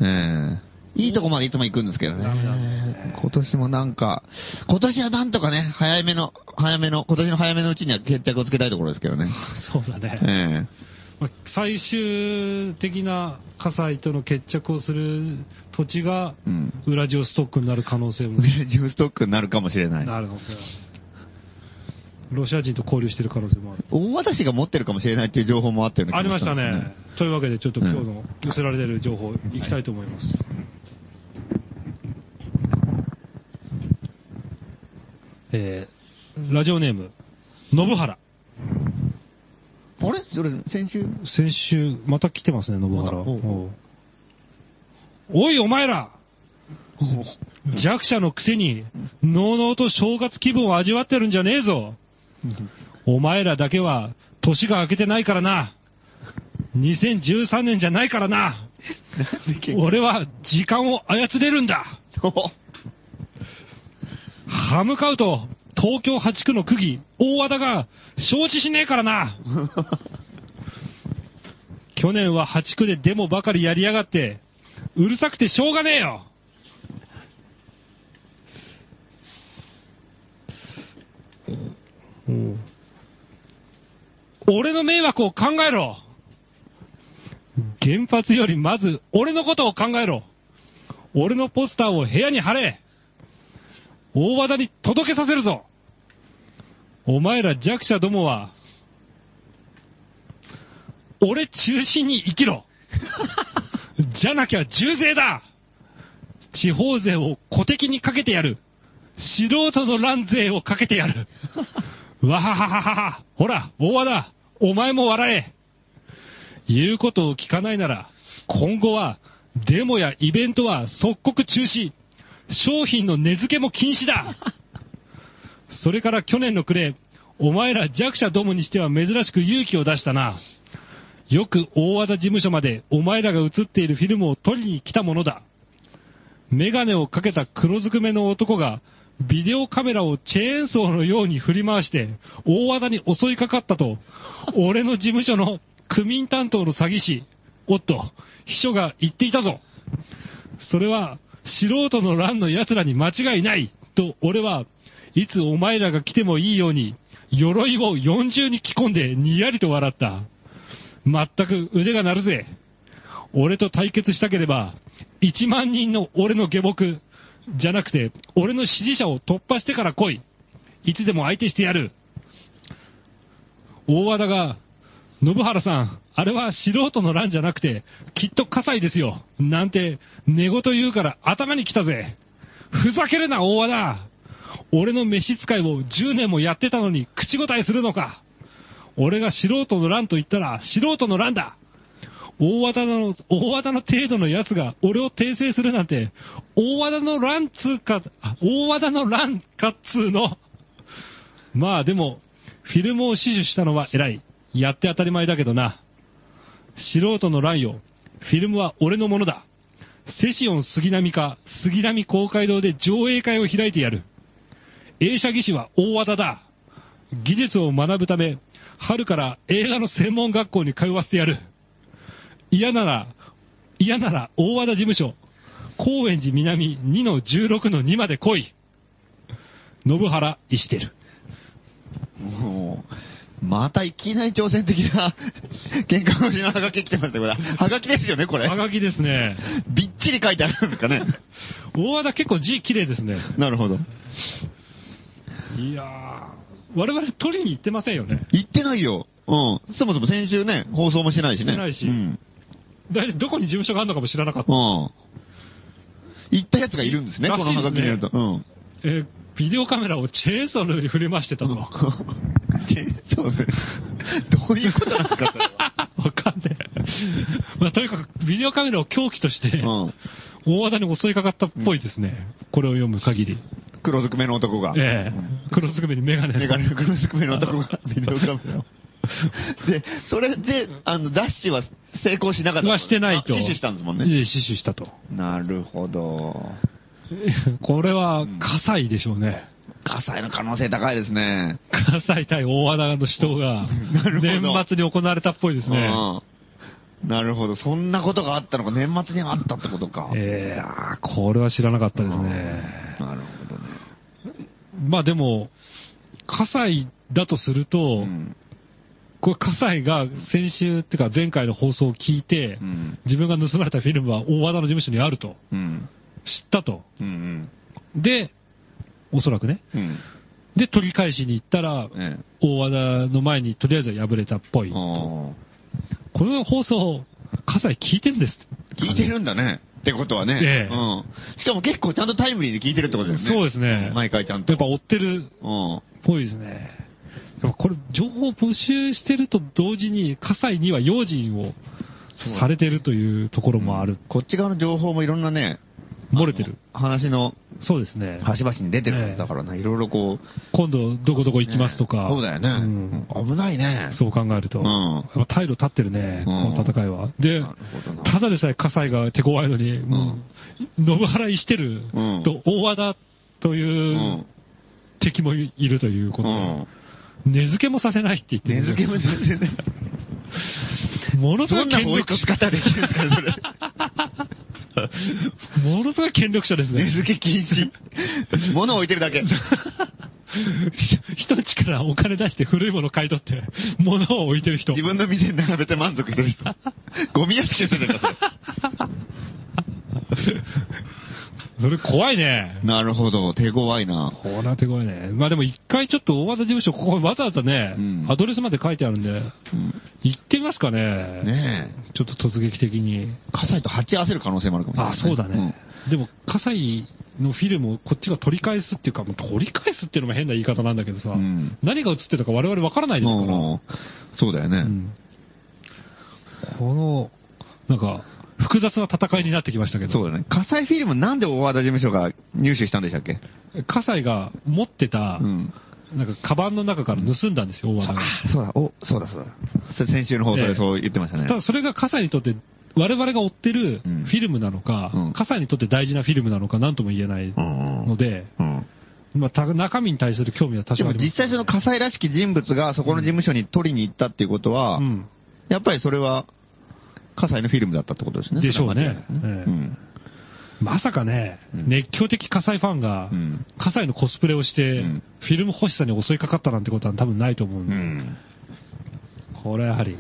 Speaker 1: えいいとこまでいつも行くんですけどね。
Speaker 2: ダメだね
Speaker 1: 今年もなんか、今年はなんとかね、早めの、早めの、今年の早めのうちには決着をつけたいところですけど ね。
Speaker 2: そうだね。
Speaker 1: え
Speaker 2: まあ最終的な火災との決着をする土地が
Speaker 1: えうん。
Speaker 2: ウラジオストックになる可能性も
Speaker 1: ウィレッジオストックになるかもしれない。
Speaker 2: なるのかロシア人と交流してる可能性もある。
Speaker 1: 大和氏が持ってるかもしれないっていう情報もあったよね。
Speaker 2: ありましたね。というわけで、ちょっと今日の寄せられてる情報、いきたいと思います。えー、ラジオネーム、信原。
Speaker 1: あれそれ、先 週
Speaker 2: 先週、また来てますね、信
Speaker 1: また
Speaker 2: 原。
Speaker 1: おう
Speaker 2: おうおい、お前ら弱者のくせに、のうのうと正月気分を味わってるんじゃねえぞ。お前らだけは、年が明けてないからな。2013年じゃないからな。俺は時間を操れるんだ。歯向かうと、東京8区の区議、大和田が、承知しねえからな。去年は8区でデモばかりやりやがって、うるさくてしょうがねえよ。俺の迷惑を考えろ原発よりまず俺のことを考えろ俺のポスターを部屋に貼れ大和田に届けさせるぞお前ら弱者どもは、俺中心に生きろじゃなきゃ重税だ地方税を小敵にかけてやる素人の乱税をかけてやるわはははははほら、大和田お前も笑え言うことを聞かないなら、今後は、デモやイベントは即刻中止商品の値付けも禁止だそれから去年の暮れ、お前ら弱者どもにしては珍しく勇気を出したな。よく大和田事務所までお前らが映っているフィルムを撮りに来たものだ。メガネをかけた黒ずくめの男が、ビデオカメラをチェーンソーのように振り回して、大和田に襲いかかったと、俺の事務所の区民担当の詐欺師、おっと、秘書が言っていたぞ。それは、素人の乱の奴らに間違いないと、俺はいつお前らが来てもいいように、鎧を四重に着込んでにやりと笑った。全く腕が鳴るぜ。俺と対決したければ、1万人の俺の下僕、じゃなくて、俺の支持者を突破してから来い。いつでも相手してやる。大和田が、信原さん、あれは素人の乱じゃなくて、きっと火災ですよ。なんて、寝言言うから頭に来たぜ。ふざけるな、大和田。俺の飯使いを10年もやってたのに口答えするのか。俺が素人の乱と言ったら、素人の乱だ。大和田の、大和田の程度の奴が俺を訂正するなんて、大和田の乱つうか、あ大和田の乱かっつうの。まあでも、フィルムを死守したのは偉い。やって当たり前だけどな。素人の乱よ。フィルムは俺のものだ。セシオン杉並か、杉並公会堂で上映会を開いてやる。映写技師は大和田だ。技術を学ぶため、春から映画の専門学校に通わせてやる。嫌なら、嫌なら大和田事務所、高円寺南2-16-2まで来い。信原石てる。
Speaker 1: もう、またいきなり挑戦的な 喧嘩腰のハガキ来てますね、これ。ハガキですよね、これ
Speaker 2: は。がきですね。
Speaker 1: びっちり書いてあるんですかね。
Speaker 2: 大和田結構字綺麗ですね。
Speaker 1: なるほど。
Speaker 2: いやー、我々取りに行ってませんよね。
Speaker 1: 言ってないよ。うん。そもそも先週ね、放送もしてないしね。
Speaker 2: してないし
Speaker 1: うん。
Speaker 2: だいどこに事務所があるのかも知らなかった
Speaker 1: う。ん。行ったやつがいるんですね、
Speaker 2: らし
Speaker 1: こ
Speaker 2: い
Speaker 1: の
Speaker 2: です
Speaker 1: ハガ
Speaker 2: ね
Speaker 1: キによると。 うん。
Speaker 2: えービデオカメラをチェーンソーのように振り回してたと。わ
Speaker 1: そうね。どういうことなんですか、 それは。
Speaker 2: かんない。まあ、とにかく、ビデオカメラを凶器として、
Speaker 1: うん。
Speaker 2: 大和田に襲いかかったっぽいですね。これを読む限り。
Speaker 1: 黒ずくめの男が。
Speaker 2: ええ黒ずくめにメガネ。
Speaker 1: メガネの黒ずくめの男が、ビデオカメラを。で、それで、あの、ダッシュは成功しなかった。
Speaker 2: はしてないと。
Speaker 1: あ死守したんですもん
Speaker 2: え
Speaker 1: ね。
Speaker 2: え死守したと。
Speaker 1: なるほど。
Speaker 2: これは、火災でしょうね。
Speaker 1: 火災の可能性高いですね。
Speaker 2: 火災対大和田の死闘 が
Speaker 1: るほど、
Speaker 2: 年末に行われたっぽいですね。
Speaker 1: うんなるほど。そんなことがあったのか、年末にはあったってことか。
Speaker 2: ええあーこれは知らなかったですね。
Speaker 1: なるほどね。
Speaker 2: まあでも、火災だとすると、
Speaker 1: うん
Speaker 2: これ、葛西が先週っていうか前回の放送を聞いて、
Speaker 1: うん。
Speaker 2: 自分が盗まれたフィルムは大和田の事務所にあると、
Speaker 1: うん。
Speaker 2: 知ったと。
Speaker 1: うん。
Speaker 2: で、おそらくね。
Speaker 1: うん。
Speaker 2: で、取り返しに行ったら、
Speaker 1: え
Speaker 2: 大和田の前にとりあえずは敗れたっぽい。
Speaker 1: え。
Speaker 2: こ
Speaker 1: ああ。
Speaker 2: の放送、葛西聞いてるんですって
Speaker 1: 聞いてるんだね。ってことはね。
Speaker 2: ええ
Speaker 1: うん。しかも結構ちゃんとタイムリーで聞いてるってことですね。
Speaker 2: そうですね
Speaker 1: 毎回ちゃんと。
Speaker 2: やっぱ追ってる
Speaker 1: うん。
Speaker 2: っぽいですね。やっぱこれ、情報を募集してると同時に、葛西には用心をされてるというところもある。
Speaker 1: こっち側の情報もいろんなね、
Speaker 2: 漏れてる。
Speaker 1: あの。話の
Speaker 2: そうですね。
Speaker 1: 端々に出てるはずだからな、いろいろこう。
Speaker 2: 今度どこどこ行きますとか。
Speaker 1: ねそうだよね。
Speaker 2: ん
Speaker 1: 危ないね。
Speaker 2: そう考えると。
Speaker 1: うん
Speaker 2: やっぱ退路立ってるね、この戦いは。で
Speaker 1: なるほど、な
Speaker 2: ただでさえ葛西が手強いのに、もう、信原石てる
Speaker 1: うん
Speaker 2: と大和田と
Speaker 1: う。
Speaker 2: いうん敵もいるというこ
Speaker 1: う
Speaker 2: と
Speaker 1: ん。
Speaker 2: で、根付けもさせないって言って
Speaker 1: 根
Speaker 2: る
Speaker 1: 付けも全然ない。
Speaker 2: ものすご
Speaker 1: ど
Speaker 2: い
Speaker 1: んな
Speaker 2: 権
Speaker 1: 法律の
Speaker 2: 力
Speaker 1: 仕方できるんですかね、それ。
Speaker 2: ものすごい権力者で す
Speaker 1: 根
Speaker 2: ね。
Speaker 1: 付け禁止。物を置いてるだけ。
Speaker 2: 人の力お金出して古いもの買い取って、物を置いてる人。
Speaker 1: 自分の店に並べて満足してる人。ゴミ屋敷に住んでるんだ、それ。
Speaker 2: それ怖いね。
Speaker 1: なるほど。手強いな。
Speaker 2: こうなってこいね。まあでも一回ちょっと大和田事務所、ここわざわざね、
Speaker 1: うん
Speaker 2: アドレスまで書いてあるんで、
Speaker 1: うん
Speaker 2: 行ってみますかね。
Speaker 1: ねえ。
Speaker 2: ちょっと突撃的に。
Speaker 1: 火災と鉢合わせる可能性もあるかもしれな
Speaker 2: あ
Speaker 1: い、、
Speaker 2: そうだね。でも、葛西のフィルムをこっちが取り返すっていうか、もう取り返すっていうのも変な言い方なんだけどさ、
Speaker 1: うん
Speaker 2: 何が映ってたか我々わからな
Speaker 1: う
Speaker 2: い
Speaker 1: ん。
Speaker 2: ですから。
Speaker 1: もうそうだよね。
Speaker 2: うんこの、なんか、複雑な戦いになってきましたけ
Speaker 1: そう
Speaker 2: ど、
Speaker 1: だね。火災フィルムなんで大和田事務所が入手したんでしたっけ
Speaker 2: 葛西が持ってた、
Speaker 1: うん。
Speaker 2: なんか、カバンの中から盗んだんですよ、大和田が。
Speaker 1: あ、そうだ、お、そうだそうだ。それ先週の放送
Speaker 2: え
Speaker 1: で
Speaker 2: え
Speaker 1: そう言ってましたね。
Speaker 2: ただそれが笠にとって、我々が追ってるフ
Speaker 1: うん
Speaker 2: ィルムなのか、
Speaker 1: うん
Speaker 2: 笠にとって大事なフィルムなのか、なんとも言えない
Speaker 1: うんうん
Speaker 2: ので、
Speaker 1: うん。
Speaker 2: まあ、た中身に対する興味は多
Speaker 1: で
Speaker 2: 少
Speaker 1: も
Speaker 2: あります
Speaker 1: 実際その火災らしき人物がそこの事務所に取りに行ったっていうことは、
Speaker 2: うん、
Speaker 1: やっぱりそれは、火災のフィルムだったってことですね。
Speaker 2: でしょうね
Speaker 1: それは間違いない
Speaker 2: ええまさかね、
Speaker 1: うん
Speaker 2: 熱狂的火災ファンが
Speaker 1: うん、
Speaker 2: 葛西のコスプレをして、
Speaker 1: うん
Speaker 2: フィルム欲しさに襲いかかったなんてことは多分ないと思うん
Speaker 1: うん。う
Speaker 2: で、
Speaker 1: ん。
Speaker 2: これはやはり、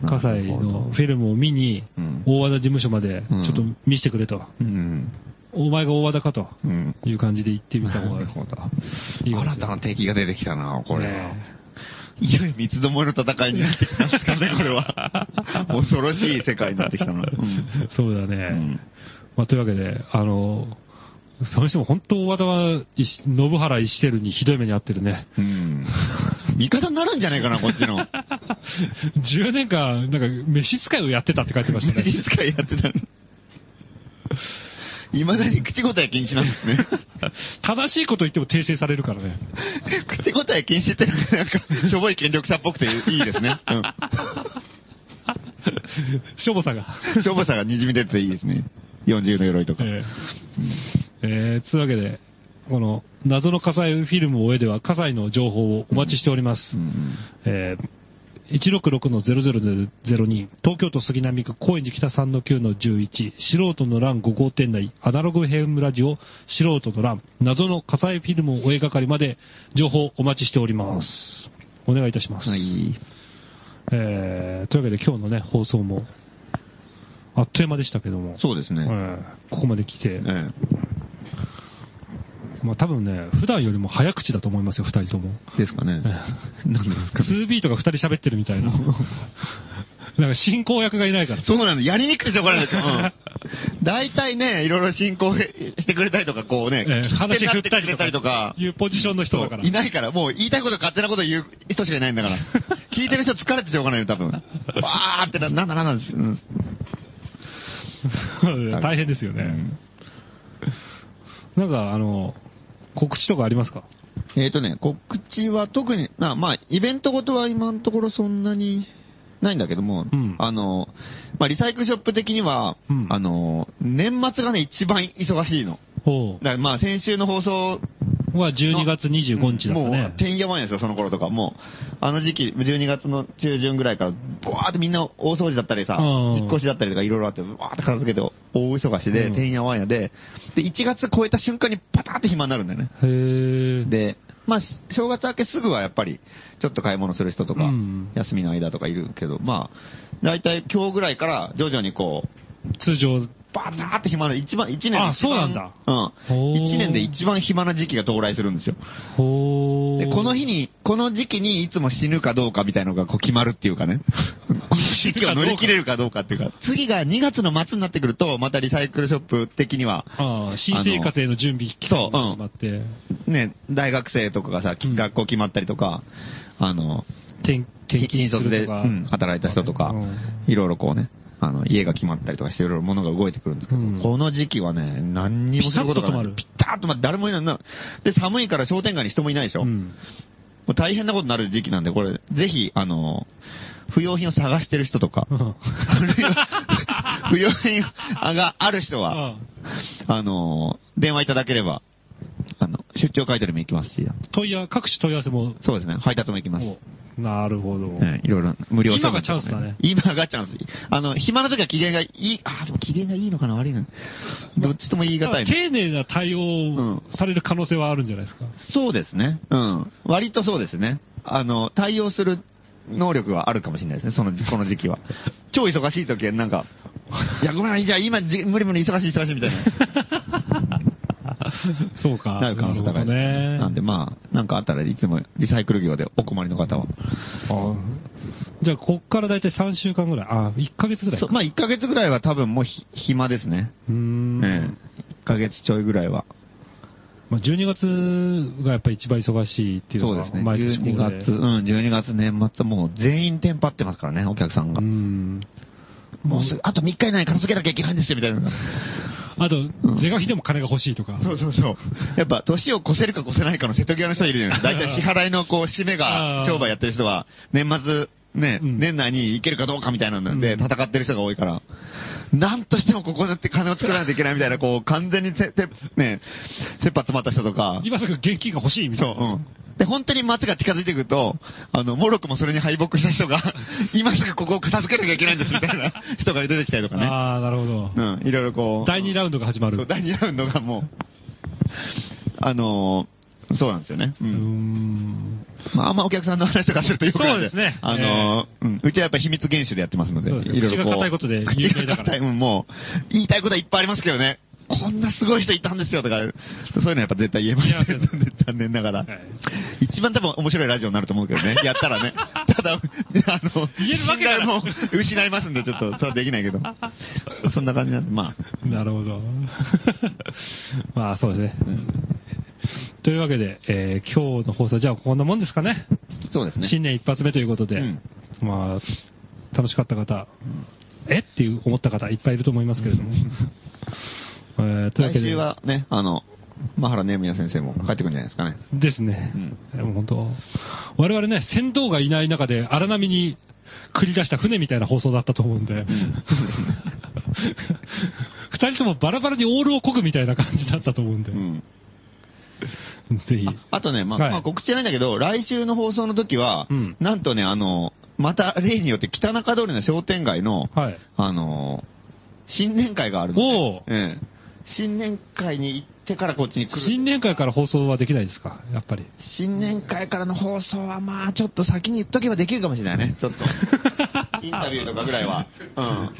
Speaker 1: なるほど
Speaker 2: 葛西のフィルムを見に
Speaker 1: うん、
Speaker 2: 大和田事務所まで、ち
Speaker 1: うん
Speaker 2: ょっと見せてくれと、
Speaker 1: うん。
Speaker 2: お前が大和田かと
Speaker 1: うん。
Speaker 2: いう感じで行ってみた方
Speaker 1: な
Speaker 2: が
Speaker 1: るほど。
Speaker 2: いいかもしれない
Speaker 1: 新たな敵が出てきたな、これは。
Speaker 2: ね
Speaker 1: いよいよ三つどもえの戦いになってきたんですかね、これは。恐ろしい世界になってきたな。うん
Speaker 2: そうだね。
Speaker 1: ん
Speaker 2: まあ、というわけで、あの、それにしても本当、和田は、石信原石てるにひどい目に遭ってるね。
Speaker 1: うん。味方になるんじゃないかな、こっちの。
Speaker 2: 10年間、なんか、飯使いをやってたって書いてましたね。
Speaker 1: いつかやってたの。いまだに口答え禁止なんです ね。
Speaker 2: 正しいこと言っても訂正されるからね。
Speaker 1: 口答え禁止ってなんか、なんかしょぼい権力者っぽくていいですね。
Speaker 2: しょぼさが。
Speaker 1: うん。しょぼさがにじみ出てていいですね。40の鎧とか。
Speaker 2: えーえーつうわけで、この謎の火災フィルムを終えでは火災の情報をお待ちしております。えー166の0002、東京都杉並区高円寺北3の9の11、素人の欄5号店内、アナログヘムラジオ、素人の欄、謎の火災フィルムを追いがかりまで、情報お待ちしております。お願いいたします。
Speaker 1: はい。
Speaker 2: えーというわけで今日のね、放送も、あっという間でしたけども、
Speaker 1: そうですね。
Speaker 2: えーここまで来て、
Speaker 1: え
Speaker 2: まあ多分ね、普段よりも早口だと思いますよ、二人 とも。
Speaker 1: えですかね。なんでですかね。
Speaker 2: 2ビートが二人喋ってるみたい な。なんか進行役がいないから。
Speaker 1: そうなの、やりにくくてしょうがないですよ。 うん大体ね、いろいろ進行してくれたりとか、こうね、
Speaker 2: えー
Speaker 1: 聞き手に
Speaker 2: 話
Speaker 1: な
Speaker 2: 振
Speaker 1: っ
Speaker 2: ってた
Speaker 1: く
Speaker 2: り
Speaker 1: れた
Speaker 2: とか。
Speaker 1: りとか、
Speaker 2: いうポジションの人だから。
Speaker 1: いないから、もう言いたいこと勝手なこと言う人しかいないんだ から。聞いてる人疲れてしょうがないよ、多分。わーってな、なんだなんだです。うん。
Speaker 2: 大変ですよね。なんか、あの、告知とかありますか
Speaker 1: えーとね、告知は特に、まあ、まあ、イベントごとは今のところそんなにないんだけども、
Speaker 2: うん
Speaker 1: あの、まあ、リサイクルショップ的には、
Speaker 2: うん
Speaker 1: あの、年末がね、一番忙しいの。
Speaker 2: お
Speaker 1: だからまあ、先週の放送、
Speaker 2: は12月25日だった
Speaker 1: もう
Speaker 2: ね、。
Speaker 1: てんやわんやですよ、その頃とか。もう、あの時期、12月の中旬ぐらいから、ぼわーってみんな大掃除だったりさ、
Speaker 2: うん
Speaker 1: 引っ越しだったりとかいろいろあって、わーって片付けて大忙しで、
Speaker 2: うん
Speaker 1: てんやわんやで、で、1月超えた瞬間にパターって暇になるんだよね。
Speaker 2: へー。
Speaker 1: で、まあ、し正月明けすぐはやっぱり、ちょっと買い物する人とか、
Speaker 2: うん
Speaker 1: 休みの間とかいるけど、まあ、だいたい今日ぐらいから徐々にこう、
Speaker 2: 通常、
Speaker 1: バターって暇な、一番、一年で一番
Speaker 2: あそうなんだ
Speaker 1: うん。
Speaker 2: ほー
Speaker 1: 一年で一番暇な時期が到来するんですよ。
Speaker 2: ほ
Speaker 1: で、
Speaker 2: ー。
Speaker 1: この日に、この時期にいつも死ぬかどうかみたいなのがこう決まるっていうか ね。この時期を乗り切れるかどうかっていうか、次が2月の末になってくると、またリサイクルショップ的には、
Speaker 2: ああ、新生活への準備期間が始まって、
Speaker 1: ね、大学生とかがさ、き
Speaker 2: うん
Speaker 1: 学校決まったりとか、あの、
Speaker 2: 転転
Speaker 1: 転勤
Speaker 2: 勤す
Speaker 1: 卒で、
Speaker 2: ると
Speaker 1: う
Speaker 2: か、
Speaker 1: ん、働いた人とか
Speaker 2: うん、
Speaker 1: いろいろこうね、あの、家が決まったりとかして、いろいろ物が動いてくるんですけど、
Speaker 2: うん
Speaker 1: この時期はね、何にもすることがない。
Speaker 2: ピ
Speaker 1: ピタッと止まる。誰もいないな。で、寒いから商店街に人もいないでしょ。
Speaker 2: うん
Speaker 1: もう大変なことになる時期なんで、これ、ぜひ、あの、不要品を探してる人とか、
Speaker 2: うん
Speaker 1: あるいは 不要品がある人は、あの、電話いただければ、あの、出張買い取りも行きますし、
Speaker 2: 問い合わ各種問い合わせも、
Speaker 1: そうですね、配達も行きます。
Speaker 2: おなるほど。
Speaker 1: はい、いろいろ無料
Speaker 2: 今がチャンスだね
Speaker 1: 今がチャンス。あの、暇な時は機嫌がいい、あー、でも機嫌がいいのかな、悪いのどっちとも言い
Speaker 2: た
Speaker 1: 難
Speaker 2: だ
Speaker 1: い。
Speaker 2: 丁寧な対応
Speaker 1: ん
Speaker 2: をされる可能性はあるんじゃないですか。
Speaker 1: そうですね。うん。割とそうですね。あの、対応する能力はあるかもしれないですね、その、この時期 は。超忙しい時はなんか、いや、ごめん、じゃあ今、じ無理無理、忙しい、忙しい、みたいな。
Speaker 2: そうか。
Speaker 1: なる可能性高いです、
Speaker 2: なる
Speaker 1: な
Speaker 2: ほど
Speaker 1: ん
Speaker 2: ね。
Speaker 1: でまあ、なんかあったらいつもリサイクル業でお困りの方は。
Speaker 2: じゃあ、こっからだいたい3週間ぐらい。あ、1ヶ月ぐらい
Speaker 1: そ
Speaker 2: か。
Speaker 1: うまあ、1ヶ月ぐらいは多分もうひ暇ですね。
Speaker 2: うー
Speaker 1: え
Speaker 2: ん
Speaker 1: え。1ヶ月ちょいぐらいは。
Speaker 2: まあ、12月がやっぱり一番忙しいっていう
Speaker 1: そ
Speaker 2: の
Speaker 1: う
Speaker 2: が
Speaker 1: ですね。
Speaker 2: 毎
Speaker 1: 12
Speaker 2: 年恒例
Speaker 1: 月、うん、12月年末もう全員テンパってますからね、お客さん
Speaker 2: う
Speaker 1: が。
Speaker 2: ん。
Speaker 1: もうすぐ、あと3日以内に片付けなきゃいけないんですよ、みたいな。
Speaker 2: あと、是が非でも金が欲しいとか。
Speaker 1: そうそうそう。やっぱ、年を越せるか越せないかの瀬戸際の人いるじゃない ですか。だいたい支払いのこう、締めが、
Speaker 2: あー
Speaker 1: 商売やってる人は、年末、ね、
Speaker 2: うん
Speaker 1: 年内に行けるかどうかみたいなので、
Speaker 2: うん
Speaker 1: 戦ってる人が多いから、なんとしてもここだって金を作らないといけないみたいな、こう、完全にせ、て、ね、切羽詰まった人とか、
Speaker 2: 今すぐ現金が欲しいみた
Speaker 1: そ、
Speaker 2: いうな。
Speaker 1: うん。で、本当に末が近づいてくると、あの、モロッコもそれに敗北した人が、 今すぐここを片付けなきゃいけないんですみたいな人が出てきたりとかね。
Speaker 2: ああ、なるほど。
Speaker 1: うん、いろいろこう。
Speaker 2: 第2ラウンドが始ま
Speaker 1: そう
Speaker 2: る。
Speaker 1: 第2ラウンドがもう、あのーそうなんですよね。う
Speaker 2: うー
Speaker 1: ん。
Speaker 2: ん。
Speaker 1: まあ、あんまお客さんの話とかするとよくないん
Speaker 2: そうですね
Speaker 1: あのーうんうちはやっぱ秘密厳守でやってますので、
Speaker 2: そうですね口が硬いことで
Speaker 1: 口
Speaker 2: 有名
Speaker 1: が
Speaker 2: だから
Speaker 1: 硬い、うんもう、言いたいことはいっぱいありますけどね。こんなすごい人いたんですよとか、そういうのやっぱ絶対言えま
Speaker 2: 言えま
Speaker 1: せ ん
Speaker 2: せん
Speaker 1: ので、残念ながら。一番多分面白いラジオになると思うけど ね、やったらね。ただ、あの、
Speaker 2: 言えるわ
Speaker 1: 信
Speaker 2: けが
Speaker 1: 頼
Speaker 2: ない
Speaker 1: も失いますんで、ちょっと、それはできない けど。そんな感じなんで、まあ。
Speaker 2: なる ほど。まあ、そうですね。というわけで、えー今日の放送、じゃあこんなもんですかね。
Speaker 1: そうですね。
Speaker 2: 新年一発目ということで、
Speaker 1: うん
Speaker 2: まあ、楽しかった方、えっていう思った方、いっぱいいると思いますけれども。 えーというわ
Speaker 1: 来
Speaker 2: けで、
Speaker 1: 週はね、あの、マハラネミヤ先生も帰ってくるんじゃないですかね。
Speaker 2: ですね。えーもう本当、我々ね、船頭がいない中で荒波に繰り出した船みたいな放送だったと思うんで、 二人ともバラバラにオールをこぐみたいな感じだったと思うんで、
Speaker 1: うん。
Speaker 2: ぜひ。
Speaker 1: あとね、まあ、
Speaker 2: はい
Speaker 1: まあ告知じゃないんだけど、来週の放送の時は、
Speaker 2: うん
Speaker 1: なんとね、あの、また例によって北中通りの商店街の、
Speaker 2: はい。
Speaker 1: あの、新年会があるの
Speaker 2: おお
Speaker 1: で、ええ新年会に行ってからこっちに来る。
Speaker 2: 新年会から放送はできないですかやっぱり。
Speaker 1: 新年会からの放送は、まあ、ちょっと先に言っとけばできるかもしれないね、ちょっ と。インタビューとかぐらいは。うん。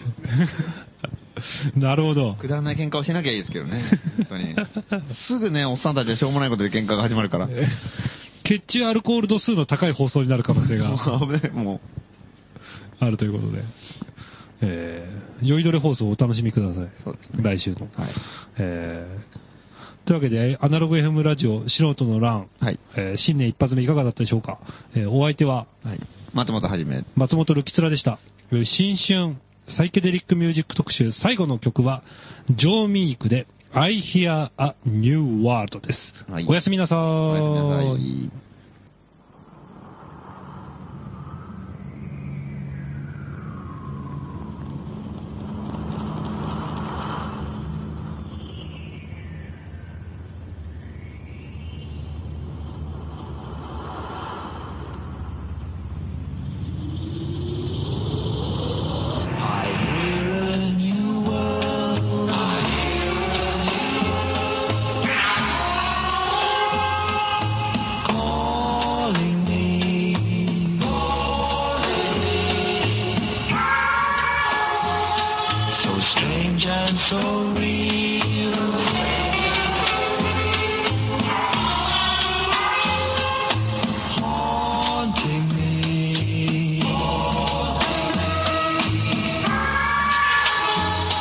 Speaker 2: なるほど。
Speaker 1: くだらない喧嘩をしなきゃいいですけどね、本当に。すぐね、おっさんたちでしょうもないことで喧嘩が始まるから。
Speaker 2: え血中アルコール度数の高い放送になる可能性 が
Speaker 1: もう危ない、も
Speaker 2: あるということで。えー、酔いどれ放送をお楽しみください。
Speaker 1: そうです
Speaker 2: 来週の。
Speaker 1: う。はい。
Speaker 2: えーというわけで、アナログ FM ラジオ素人の欄、
Speaker 1: はい。
Speaker 2: えー新年一発目いかがだったでしょうか、えーお相手は
Speaker 1: はい。松本はじめ。
Speaker 2: 松本るきつらでした。えー新春サイケデリックミュージック特集最後の曲は、ジョーミークで I Hear a New World です。
Speaker 1: はい
Speaker 2: おやすみなさー
Speaker 1: おやすみなさい。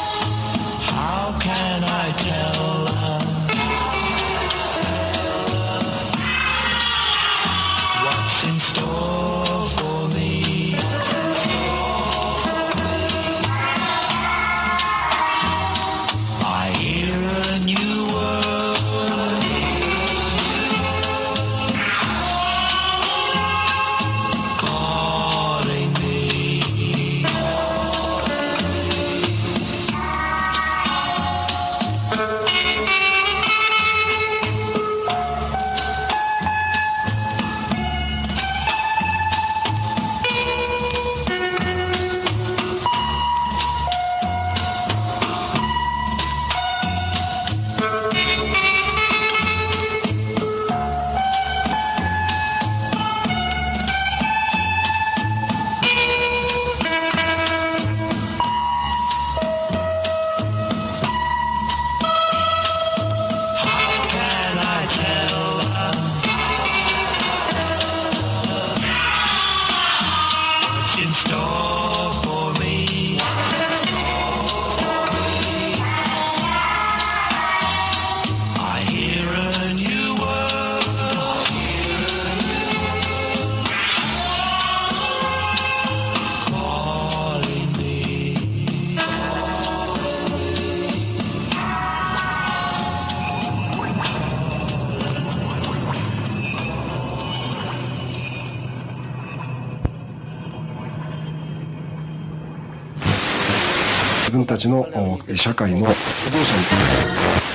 Speaker 5: How can I tell her what's in store for me? I hear a new word. Calling me. How can I tell her what's in store for me? I hear a new word calling me.
Speaker 6: 自分たちのお社会の不動産